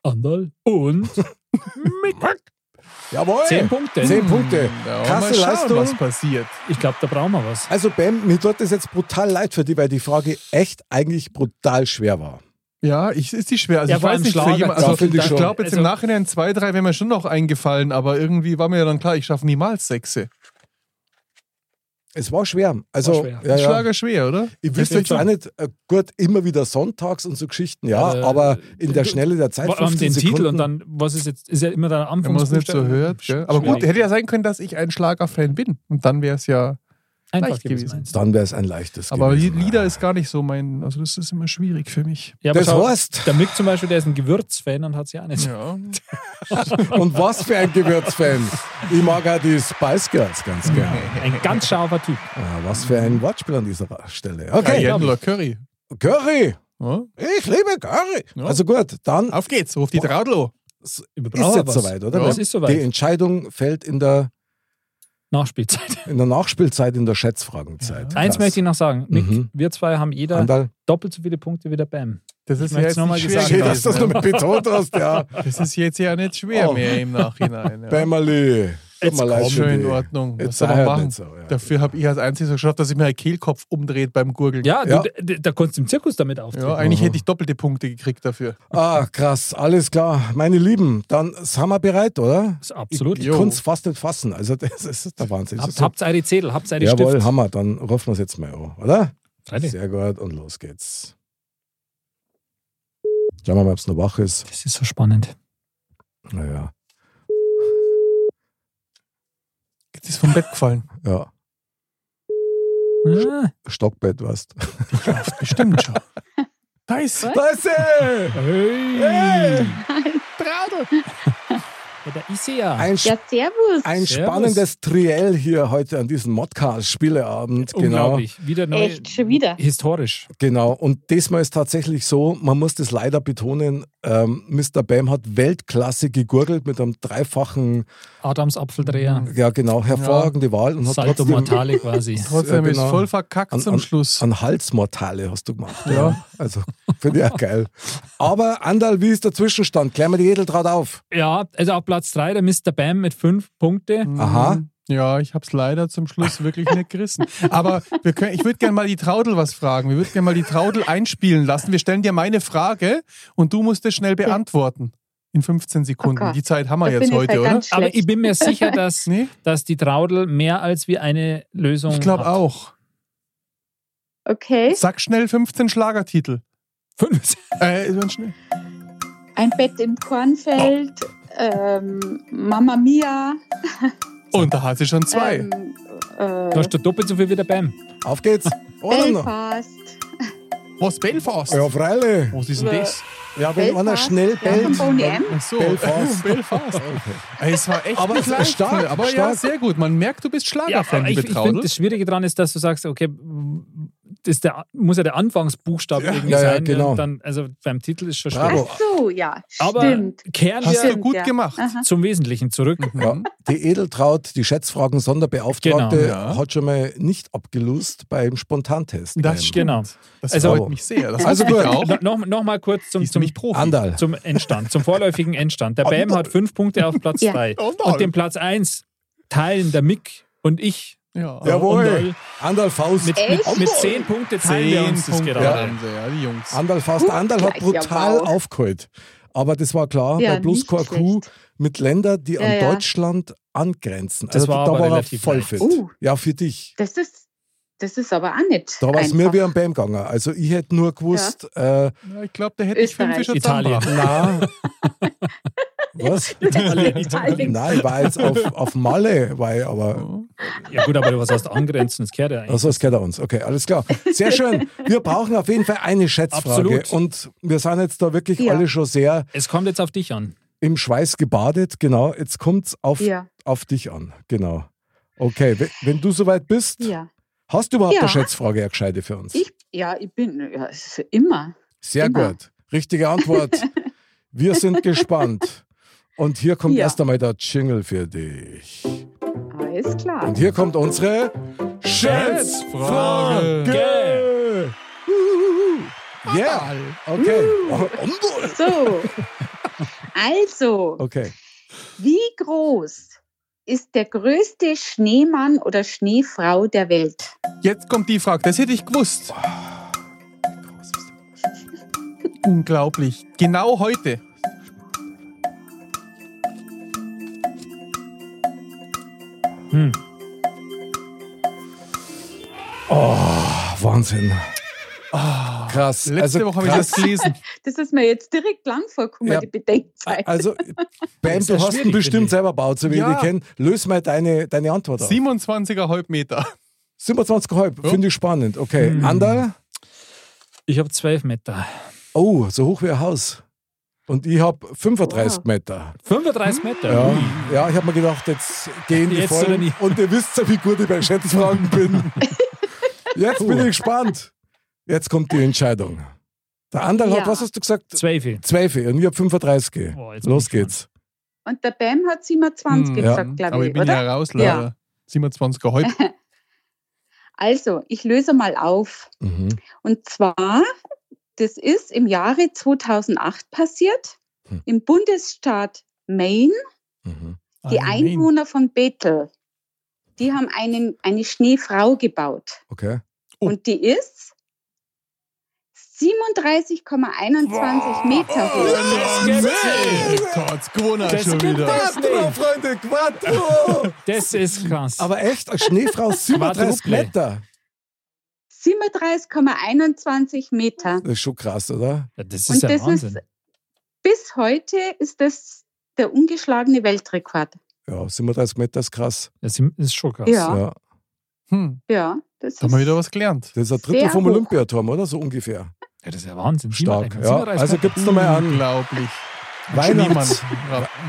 Andal und Mick.
Jawohl!
Zehn Punkte. Hm,
Zehn Punkte.
Ja, mal
Krasse
schauen, was
Leistung.
passiert.
Ich glaube, da brauchen wir was.
Also, Bam, mir tut es jetzt brutal leid für dich, weil die Frage echt eigentlich brutal schwer war.
Ja, ich, ist die schwer. Also
Ja,
ich
vor
weiß
allem
nicht, für
Schlager-
jemand,
Ja,
also
finde ich
ich
schon.
glaube jetzt im
Also-
Nachhinein zwei, drei wäre mir schon noch eingefallen, aber irgendwie war mir ja dann klar, ich schaffe niemals Sechse.
Es war schwer. Also,
schwer.
Ja, ja.
Schlager schwer, oder?
ich wüsste jetzt auch nicht, äh, gut, immer wieder sonntags und so Geschichten, ja,
Äh,
aber in der
du-
Schnelle der Zeit.
Vor allem
15
den
Halt Sekunden,
Titel und dann, was ist jetzt, ist ja immer der
Wenn man es nicht so
Anfangsbuchstabe.
hört. Gell? Aber gut,
Schwierig.
hätte ja sein können, dass ich ein Schlagerfan bin. Und dann wäre es ja.
Einfach
leicht
gewesen.
gewesen.
meinst du?
Dann wäre es ein leichtes
Aber
gewesen.
Lieder ist gar nicht so mein. Also, das ist immer schwierig für mich.
Ja, aber
Das
schau,
heißt,
der Mick zum Beispiel, der ist ein Gewürzfan und hat es ja auch nicht.
Ja.
und was für ein Gewürzfan. Ich mag auch die Spice Girls ganz gerne.
Ein ganz scharfer Typ.
Ah, was für ein Wortspiel an dieser Stelle.
Okay.
Okay,
Ja, oder Curry.
Curry.
Ja.
Ich liebe Curry.
Ja.
Also gut, dann
Auf geht's, ruf die Traudlo.
ist jetzt soweit, oder?
Ja,
Weil
es ist soweit.
Die Entscheidung fällt in der,
Nachspielzeit.
in der Nachspielzeit, in der Schätzfragenzeit.
Eins möchte ich noch sagen. Mick,
Mhm.
wir zwei haben jeder
Andal,
doppelt so viele Punkte wie der Bam.
Das
Ich
ist ja
möcht's
jetzt
noch mal
nicht schwer.
gesagt
schön, dass du das
Gewesen,
noch
ne?
mit betont hast, ja.
Das ist jetzt ja nicht schwer
Oh.
mehr im Nachhinein. Ja.
Bämmerli. Tut mir leid
Ist
für
schon in
dich.
Ordnung. Was
Jetzt
soll
sei
man
halt
machen?
nicht so, ja.
Dafür habe ich als Einziger geschafft, dass ich mir einen Kehlkopf umdreht beim Gurgeln.
Ja,
Ja.
Du, da, da konntest du im Zirkus damit auftreten.
Ja, eigentlich hätte ich doppelte Punkte gekriegt dafür.
Ah, krass, alles klar. Meine Lieben, dann sind wir bereit, oder?
Das ist absolut.
Ich
Jo.
kann es fast nicht fassen. Also, das ist der Wahnsinn. Das
Habt,
ist so-
habt's eure Zettel, habt's eure
Jawohl,
Stift.
Hammer, dann rufen wir es jetzt mal an, oder?
Freilich.
Sehr gut, und los geht's. Schauen wir mal, ob es noch wach ist.
Das ist so spannend.
Naja,
Das ist vom Bett gefallen.
ja,
Ah,
Stockbett, weißt du.
Bestimmt schon. Da ist sie.
Da ist sie!
hey. Ja, da ist sie ja.
Ein,
Ja, servus.
ein
Servus.
spannendes Triell hier heute an diesem Modcast-Spieleabend. Genau,
Unglaublich. Wieder neu.
Echt, schon wieder.
Historisch.
genau. Und diesmal ist tatsächlich so, man muss das leider betonen, ähm, Mr. Bam hat Weltklasse gegurgelt mit einem dreifachen,
Adams Apfeldreher.
ja genau, hervorragende Wahl und hat
Salto
trotzdem
Mortale quasi.
Trotzdem
Ja,
ist
genau.
voll verkackt
An-
zum Schluss.
an Halsmortale hast du gemacht.
Ja.
Also, finde ich auch geil. Aber Andal, wie ist der Zwischenstand? Klär mir die Edeltraut auf.
Ja, also auf Platz 3 der Mr. Bam mit 5 Punkte.
Aha.
Mhm. Ja, ich habe es leider zum Schluss wirklich nicht gerissen. Aber wir können, ich würde gerne mal die Traudel was fragen. Wir würden gerne mal die Traudel einspielen lassen. Wir stellen dir meine Frage und du musst es schnell beantworten. In 15 Sekunden.
Gott.
die Zeit haben wir
Da bin
jetzt
ich
heute,
halt
oder?
ganz schlecht.
Aber ich bin mir sicher, dass,
Nee,
dass die Traudel mehr als wie eine Lösung
ich glaube
hat.
auch.
Okay,
Sag schnell 15 Schlagertitel.
Fünf.
Äh, ganz schnell.
ein Bett im Kornfeld, ähm, Mama Mia.
Und da hat sie schon zwei.
Ähm,
Da
äh,
hast du doppelt so viel wie der Bam.
Auf geht's. Oder noch?
Belfast.
Was, Belfast?
Ja, Freile.
Was ist denn das?
Ja, wenn einer
Belfast,
schnell
ja, von
bellt.
Boney M.
Ach so,
Belfast.
Belfast. Ey, Es war echt
Aber
nicht leicht,
stark,
aber ja,
stark.
sehr gut. Man merkt, du bist
Ja,
Schlagerfan,
aber ich,
liebe
ich finde,
Traudel.
das Schwierige daran ist, dass du sagst, okay, das ist der, muss ja der Anfangsbuchstabe irgendwie
ja, ja,
sein.
genau.
Und dann, also beim Titel ist schon
Bravo.
schwierig.
Ach so, ja,
Aber
stimmt.
kehren
Hast
wir
du
Stimmt,
gut
ja.
gemacht.
Aha.
zum Wesentlichen zurück.
Ja, die Edeltraut, die Schätzfragen-Sonderbeauftragte,
Genau,
ja.
hat schon mal nicht abgelöst beim Spontantest.
Das
Beim-
stimmt.
Genau.
Das
Also-
freut mich sehr. Das
Also
hoffe ich
gut.
auch.
No, noch, noch mal kurz zum,
Die ist
zum,
nämlich Profi.
Andal.
zum Endstand, zum vorläufigen Endstand. Der Bam hat fünf Punkte auf Platz
Ja.
Oh,
drei.
Andal.
Und den Platz eins teilen der Mick und ich.
Ja.
Ja,
Jawohl.
Andal.
Andal Faust.
Mit, mit,
Echt?
mit zehn Punkte teilen wir uns das
Punkte
gerade.
haben sie, ja, die Jungs.
Andal Faust. Andal hat
Ja,
brutal
wow.
aufgeholt. Aber das war klar,
Ja,
bei Plus
nicht
KQ
schlecht.
mit Ländern, die an
Ja, ja.
Deutschland angrenzen. Also
Das war
da
aber
war er
relativ
voll
leicht.
fit.
Uh.
Ja, für dich.
Das ist, das ist aber auch nicht.
Da war es
einfach.
mir wie am Bam gegangen. Also ich hätte nur gewusst, äh,
Ja, ich glaube, da hätte ich fünf
Österreich.
schon
Italien.
zusammengebracht.
na, was?
Italien, Italien.
Nein, ich war jetzt auf, auf Malle, war ich, aber also
Ja gut, aber was heißt angrenzen? Das gehört ja eigentlich.
Achso, das gehört an uns. Okay, alles klar. Sehr schön. Wir brauchen auf jeden Fall eine Schätzfrage.
Absolut.
Und wir sind jetzt da wirklich
Ja.
alle schon sehr
Es kommt jetzt auf dich an.
im Schweiß gebadet. Genau, jetzt kommt es auf,
Ja,
auf dich an. Genau. Okay, we- wenn du soweit bist,
ja.
hast du überhaupt
Ja.
eine Schätzfrage, eine gescheite für uns?
Ich, genau. ja, ich bin ja, es ist immer.
sehr
immer.
gut. Richtige Antwort. wir sind gespannt. Und hier kommt
Ja.
erst einmal der Jingle für dich.
Alles klar.
Und hier kommt unsere
Schätzfrage.
Yeah, okay. Umbol.
So. Also,
Okay.
wie groß ist der größte Schneemann oder Schneefrau der Welt?
Jetzt kommt die Frage, das hätte ich gewusst. Unglaublich. Genau heute.
Hm.
Ach, Ah, Wahnsinn. krass.
Letzte
also,
Woche habe ich
krass.
das gelesen.
Das ist mir jetzt direkt lang vorgekommen,
Ja.
die Bedenkzeit.
Also, Bam,
ist ja
du hast ihn
schwierig, finde
bestimmt
ich.
selber gebaut, so wie
Ja.
ich dich kenne. Löse mal deine, deine Antwort auf.
27er Halbmeter.
27,5, finde ich spannend. Okay.
Hm.
Ander?
Ich habe 12 Meter.
Oh, so hoch wie ein Haus. Und ich habe 35 Meter.
35 Meter?
Hm? Ja,
Ui.
ja ich habe mir gedacht, jetzt gehen die
Jetzt oder
Vollen.
nie.
Und ihr wisst ja, wie gut ich bei Schätzfragen bin. Jetzt bin ich gespannt. Jetzt kommt die Entscheidung. Der andere hat,
Ja.
was hast du gesagt?
12.
12 und ich habe 35.
Boah, Oh, jetzt bin
Los
ich gespannt.
geht's.
Und der Bam hat 27
Hm,
ja.
gesagt,
Aber
glaube
ich
ich,
bin
oder?
ja raus, leider. 27er Halb. Oh,
Also, ich löse mal auf.
Mhm.
Und zwar, das ist im Jahre 2008 passiert,
Hm.
im Bundesstaat Maine.
Mhm.
Die
Ah, nein.
Einwohner von Bethel, die haben einen, eine Schneefrau gebaut.
Okay.
Oh.
Und die ist 37,21 Meter hoch.
Das gibt's Gott, gewonnen
Das
schon
gibt's
wieder.
Das nicht.
Quattro, Freunde, Quattro!
Das ist krass.
Aber echt, eine Schneefrau 37
Quadruple.
Meter.
37,21 Meter.
Das ist schon krass, oder?
ja, das ist
Und
ja
das
Wahnsinn.
ist, bis heute ist das der ungeschlagene Weltrekord.
Ja, 37 Meter ist krass.
das ist schon krass.
Ja.
Ja.
Hm,
Ja, das
da haben
ist
wir wieder was gelernt.
Das ist ein Drittel
Sehr
vom
hoch.
Olympiaturm, oder? So ungefähr.
Ja, das ist ja Wahnsinn.
Stark.
37
Ja.
Meter.
Also gibt's nochmal an.
Unglaublich.
Weihnachts.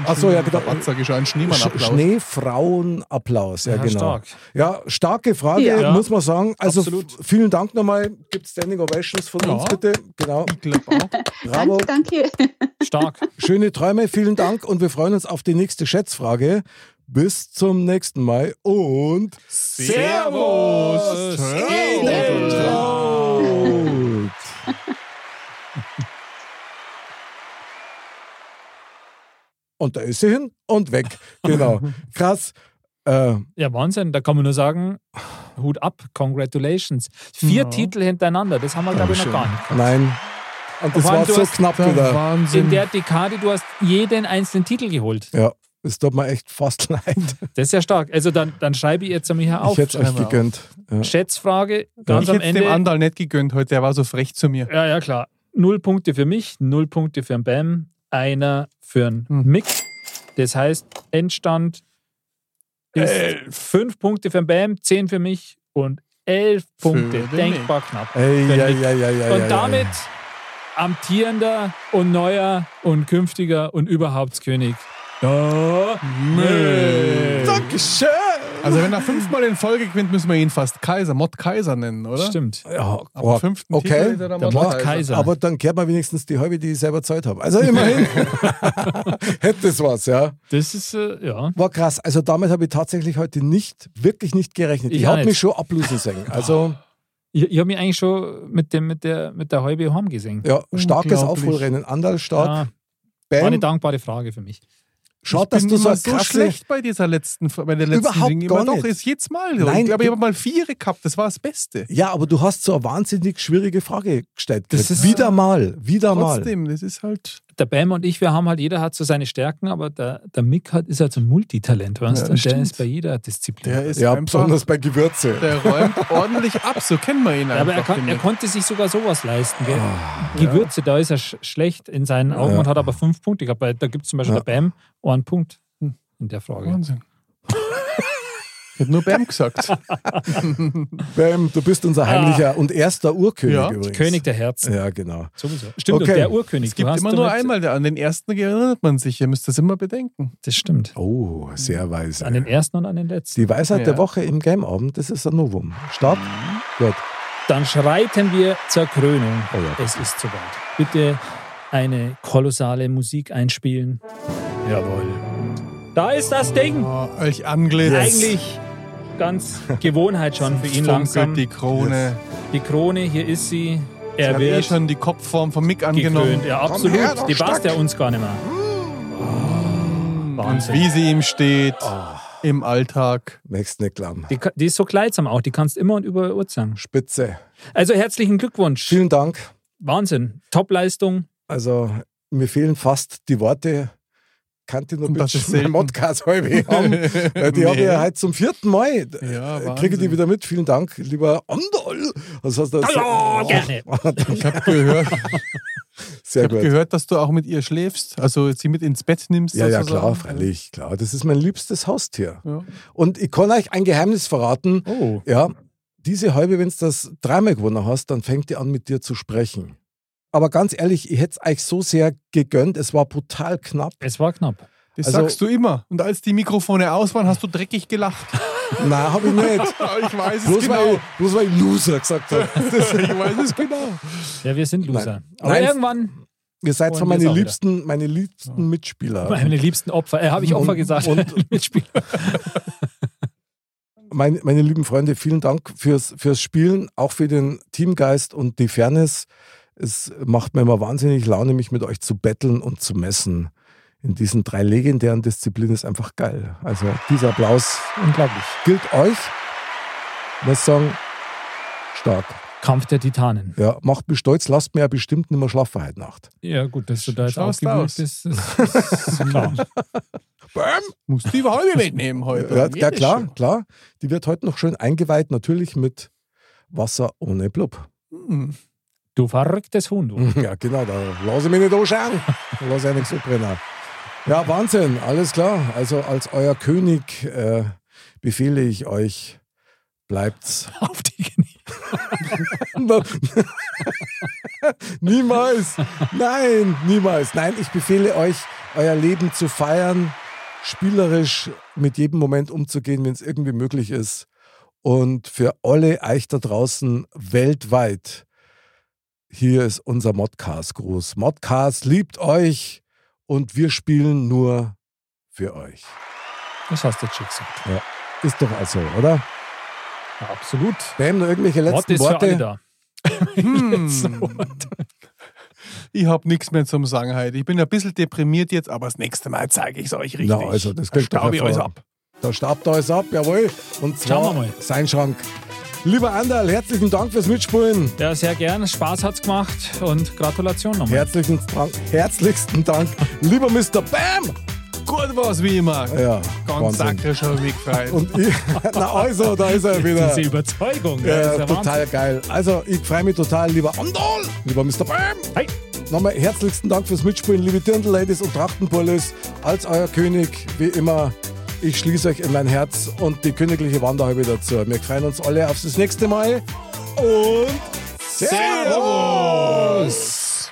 Ach so, ja, genau.
Batzer geschaut, ein
Sch-
Schneemann-Applaus.
Schneefrauenapplaus, ja,
Ja,
genau.
stark.
Ja, starke Frage,
Ja.
muss man sagen. Also
Absolut.
f- vielen Dank nochmal. Gibt Standing Ovations von
Ja.
uns bitte. Genau.
Ich glaub auch.
Bravo.
Danke, danke.
Stark.
Schöne Träume, vielen Dank und wir freuen uns auf die nächste Schätzfrage. Bis zum nächsten Mal und
Servus.
Edeltraut. Und da ist sie hin und weg. Genau. Krass. Äh,
Ja, Wahnsinn. Da kann man nur sagen, Hut ab, congratulations. Vier
Ja.
Titel hintereinander, das haben wir, glaube ich, noch gar nicht.
nein. Und das
Vor allem,
war
du
so
hast-
knapp
Der
wieder.
Wahnsinn.
In der Dekade, du hast jeden einzelnen Titel geholt.
Ja, es tut mir echt fast leid.
Das ist ja stark. Also dann, dann schreibe ich jetzt einmal hier
Ich
auf.
hätte es euch
schreiben wir auf.
gegönnt. Ja.
Schätzfrage, ganz
ich
am
hätte dem
Ende.
Andal nicht gegönnt heute, der war so frech zu mir.
Ja, ja, klar. Null Punkte für mich, null Punkte für den Bam, einer für den
Hm.
Mick. Das heißt, Endstand ist fünf Punkte für den Bam, zehn für mich und elf Punkte.
den
Denkbar knapp.
Ey,
Wenn
ja,
mit-
ja, ja, ja,
und
ja,
damit
Ja.
amtierender und neuer und künftiger und Oh, überhaupt König. Da Mick.
Dankeschön.
Also wenn er fünfmal in Folge gewinnt, müssen wir ihn fast Kaiser, Mod Kaiser nennen, oder?
Stimmt.
Ja, oh
Ab
boah,
dem fünften
okay.
Titel ist er
Der
Mod
Mod Kaiser.
Aber dann kehrt man wenigstens die halbe, die ich selber Zeit habe. Also immerhin. Hätte es was, ja.
Das ist, äh, ja.
War krass. Also damit habe ich tatsächlich heute nicht, wirklich nicht gerechnet. Ich,
Ich auch
habe mich
nicht.
schon ablösen sehen. Also
Ich, ich habe mich eigentlich schon mit, dem, mit der, mit der halbe Horn gesehen.
ja, starkes
Unglaublich.
Aufholrennen. Anderl stark.
Ah, war eine
Bam.
dankbare Frage für mich.
Schade,
Ich
dass
bin
du so,
immer
eine
so
krasse-
schlecht bei dieser letzten, bei der letzten
Überhaupt
Ding.
gar
Immer doch,
nicht.
ist jedes Mal. so.
Nein,
ich glaube,
ich-
ich habe mal Viere gehabt, das war das Beste.
Ja, aber du hast so eine wahnsinnig schwierige Frage gestellt.
Das
gekriegt.
ist-
wieder mal, wieder mal.
Trotzdem, das ist halt.
Der Bam und ich, wir haben halt, jeder hat so seine Stärken, aber der, der Mick hat, ist halt so ein Multitalent, weißt
Ja,
du? Und der
stimmt.
ist bei jeder Disziplin.
Der ist
Ja,
einfach,
besonders bei Gewürze.
der räumt ordentlich ab, so kennen wir ihn
Ja,
einfach.
aber er, kann, er
damit.
konnte sich sogar sowas leisten. Gell? Gewürze, da ist er sch schlecht in seinen Augen
Ja.
und hat aber fünf Punkte gehabt. Weil Da gibt es zum Beispiel
Ja.
der Bam einen Punkt hm, in der Frage.
Wahnsinn. Ich hätte nur Bam gesagt.
Bam, du bist unser heimlicher und erster Urkönig
Ja.
übrigens.
König der Herzen.
Ja, genau.
Sowieso. Stimmt,
Okay.
und der Urkönig.
Es gibt
du hast
immer nur
damit-
einmal, an den ersten erinnert man sich, ihr müsst das immer bedenken.
Das stimmt.
Oh, sehr weise.
An den ersten und an den letzten.
Die Weisheit
Ja. Mhm.
der Woche im Gameabend, das ist ein Novum. Start. Gut.
Dann schreiten wir zur Krönung.
Oh ja.
Es ist soweit. Bitte eine kolossale Musik einspielen. Jawohl. Da ist das Ding.
Oh, euch angelegt.
Eigentlich ganz Gewohnheit schon für ihn langsam.
funkelt die Krone.
Die Krone, hier ist sie.
Er
Er
hat eh
wird
schon die Kopfform von Mick angenommen.
gekrönt. Ja, absolut.
her, doch,
die passt
Stack.
ja uns gar nicht mehr.
Und
Wahnsinn.
wie sie ihm steht im Alltag.
Nächsten Niklam.
Die, ka- die ist so kleidsam auch. Die kannst immer und überall urteilen.
Spitze.
Also herzlichen Glückwunsch.
Vielen Dank.
Wahnsinn. Top-Leistung.
Also, mir fehlen fast die Worte. Kannte nur
Und das ist selten.
Modcast halbe haben. Weil Die habe ich ja heute zum vierten Mal. Ja, Äh,
Ja,
Kriege die
Wahnsinn.
wieder mit. Vielen Dank, lieber Andal. Das hast du
Hallo, gerne.
Ich habe gehört,
Sehr
ich hab
gut.
gehört, dass du auch mit ihr schläfst, also sie mit ins Bett nimmst.
Ja, ja,
sozusagen.
klar, freilich, klar. Das ist mein liebstes Haustier.
Ja.
Und ich kann euch ein Geheimnis verraten.
Oh.
Ja, diese Halbe, wenn du das dreimal gewonnen hast, dann fängt die an, mit dir zu sprechen. Aber ganz ehrlich, ich hätte es euch so sehr gegönnt. Es war brutal knapp.
Es war knapp.
Das
Also-
sagst du immer. Und als die Mikrofone aus waren, hast du dreckig gelacht.
Nein, habe ich nicht.
ich weiß genau.
Bloß,
genau.
weil ich, bloß weil ich Loser gesagt habe.
Ich weiß es genau.
Ja, wir sind Loser.
Nein.
Aber
Nein.
irgendwann
Ihr seid zwar
Und jetzt
meine
auch wieder.
liebsten, meine liebsten Mitspieler.
meine liebsten Opfer. Äh, habe ich Opfer
Ähm. Und-
gesagt?
und-
Mitspieler.
Meine, meine lieben Freunde, vielen Dank fürs, fürs Spielen, auch für den Teamgeist und die Fairness. Es macht mir immer wahnsinnig Laune, mich mit euch zu betteln und zu messen. In diesen drei legendären Disziplinen ist einfach geil. Also dieser Applaus
Unglaublich.
gilt euch. Muss sagen, stark.
Kampf der Titanen.
Ja, macht mich stolz, lasst mir ja bestimmt nicht mehr schlafen heute Nacht.
Ja, gut, dass du da jetzt
Schaust aus.
aufgewühlt bist. ist- ist klar.
Musst du die Halbe mitnehmen heute.
Ja,
Geht
ja
das
klar,
schon?
klar. Die wird heute noch schön eingeweiht, natürlich mit Wasser ohne Blub.
Hm.
Du verrücktes Huhn, du.
Ja, genau, da lasse ich mich nicht anschauen. Da lasse ich auch nichts abbrennen. Ja, Wahnsinn, alles klar. Also als euer König äh, befehle ich euch, bleibt's.
Auf die Knie.
niemals, nein, niemals. Nein, ich befehle euch, euer Leben zu feiern, spielerisch mit jedem Moment umzugehen, wenn es irgendwie möglich ist. Und für alle euch da draußen weltweit, hier ist unser Modcast-Gruß. Modcast liebt euch und wir spielen nur für euch.
Das hast du jetzt schon gesagt.
Ist doch also, oder?
Ja, absolut.
Bam, noch irgendwelche
Mott
letzten
ist für alle
Worte?
da.
Hm. Ich habe nichts mehr zum Sagen heute. Ich bin ein bisschen deprimiert jetzt, aber das nächste Mal zeige ich es euch richtig.
Na, also, das klingt doch
staub ich euch
hervorragend.
ab.
Da staubt er alles ab, jawohl. Und zwar
Schauen wir mal.
sein Schrank. Lieber Anderl, herzlichen Dank fürs Mitspielen.
Ja, sehr gern. Spaß hat's gemacht und Gratulation nochmal.
Herzlichen Dank, herzlichsten Dank, lieber Mr. Bam!
Gut was wie immer.
Ja,
Ganz
Wahnsinn.
sacre schon Weg frei.
Und ich, na also, da ist er wieder.
Diese Überzeugung. Ja, das
Ja,
ist ja
total geil. Also, ich freue mich total, lieber Andal, lieber Mr. Bam.
Hey.
Nochmal herzlichsten Dank fürs Mitspielen, liebe Dirndl-Ladies und Trachtenpullis. Als euer König, wie immer, ich schließe euch in mein Herz und die königliche Wanderhalbe dazu. Wir freuen uns alle aufs das nächste Mal und Servus!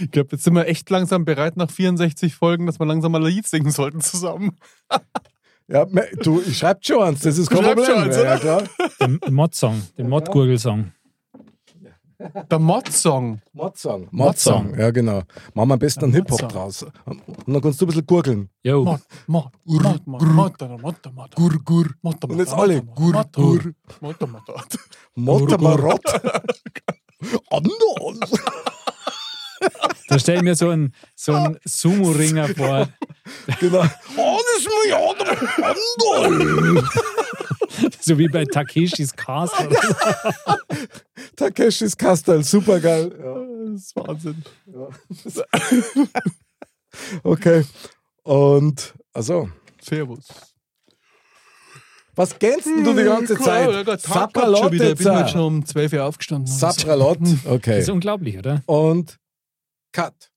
Ich glaube, jetzt sind wir echt langsam bereit nach 64 Folgen, dass wir langsam mal ein Lied singen sollten zusammen.
Ja, me- du, ich schreib schon eins, das ist kein
Du schreibst
Problem.
schon eins,
ja,
oder?
ja, klar.
Den Mod-Song, den Mod-Gurgel-Song.
Der Mod-Song.
Modsong.
Modsong.
Modsong, ja genau. Machen wir am besten einen Hip-Hop draus. Und dann kannst du ein bisschen gurgeln.
Yo.
Mod, Mod, Mod, Mod, Mod, Mod, Mod, Gur, Gur. Mod, Mod,
Und jetzt alle. Gur, gur.
Mod, Mod, Mod.
Mottamarott. Anders.
Da stell ich mir so einen, so einen Sumo-Ringer vor.
Genau. Alles Milliarden. Anders.
So wie bei Takeshis Castle.
Takeshis Kastel, super geil.
Das ist Wahnsinn.
Ja. Okay. Und, also,
Servus.
was gänst denn
Hm,
du die ganze
Oh
Zeit?
Ich bin heute
Sapralot.
schon um 12 Uhr aufgestanden.
Sapralot.
Das ist
Okay.
unglaublich, oder?
Und Cut.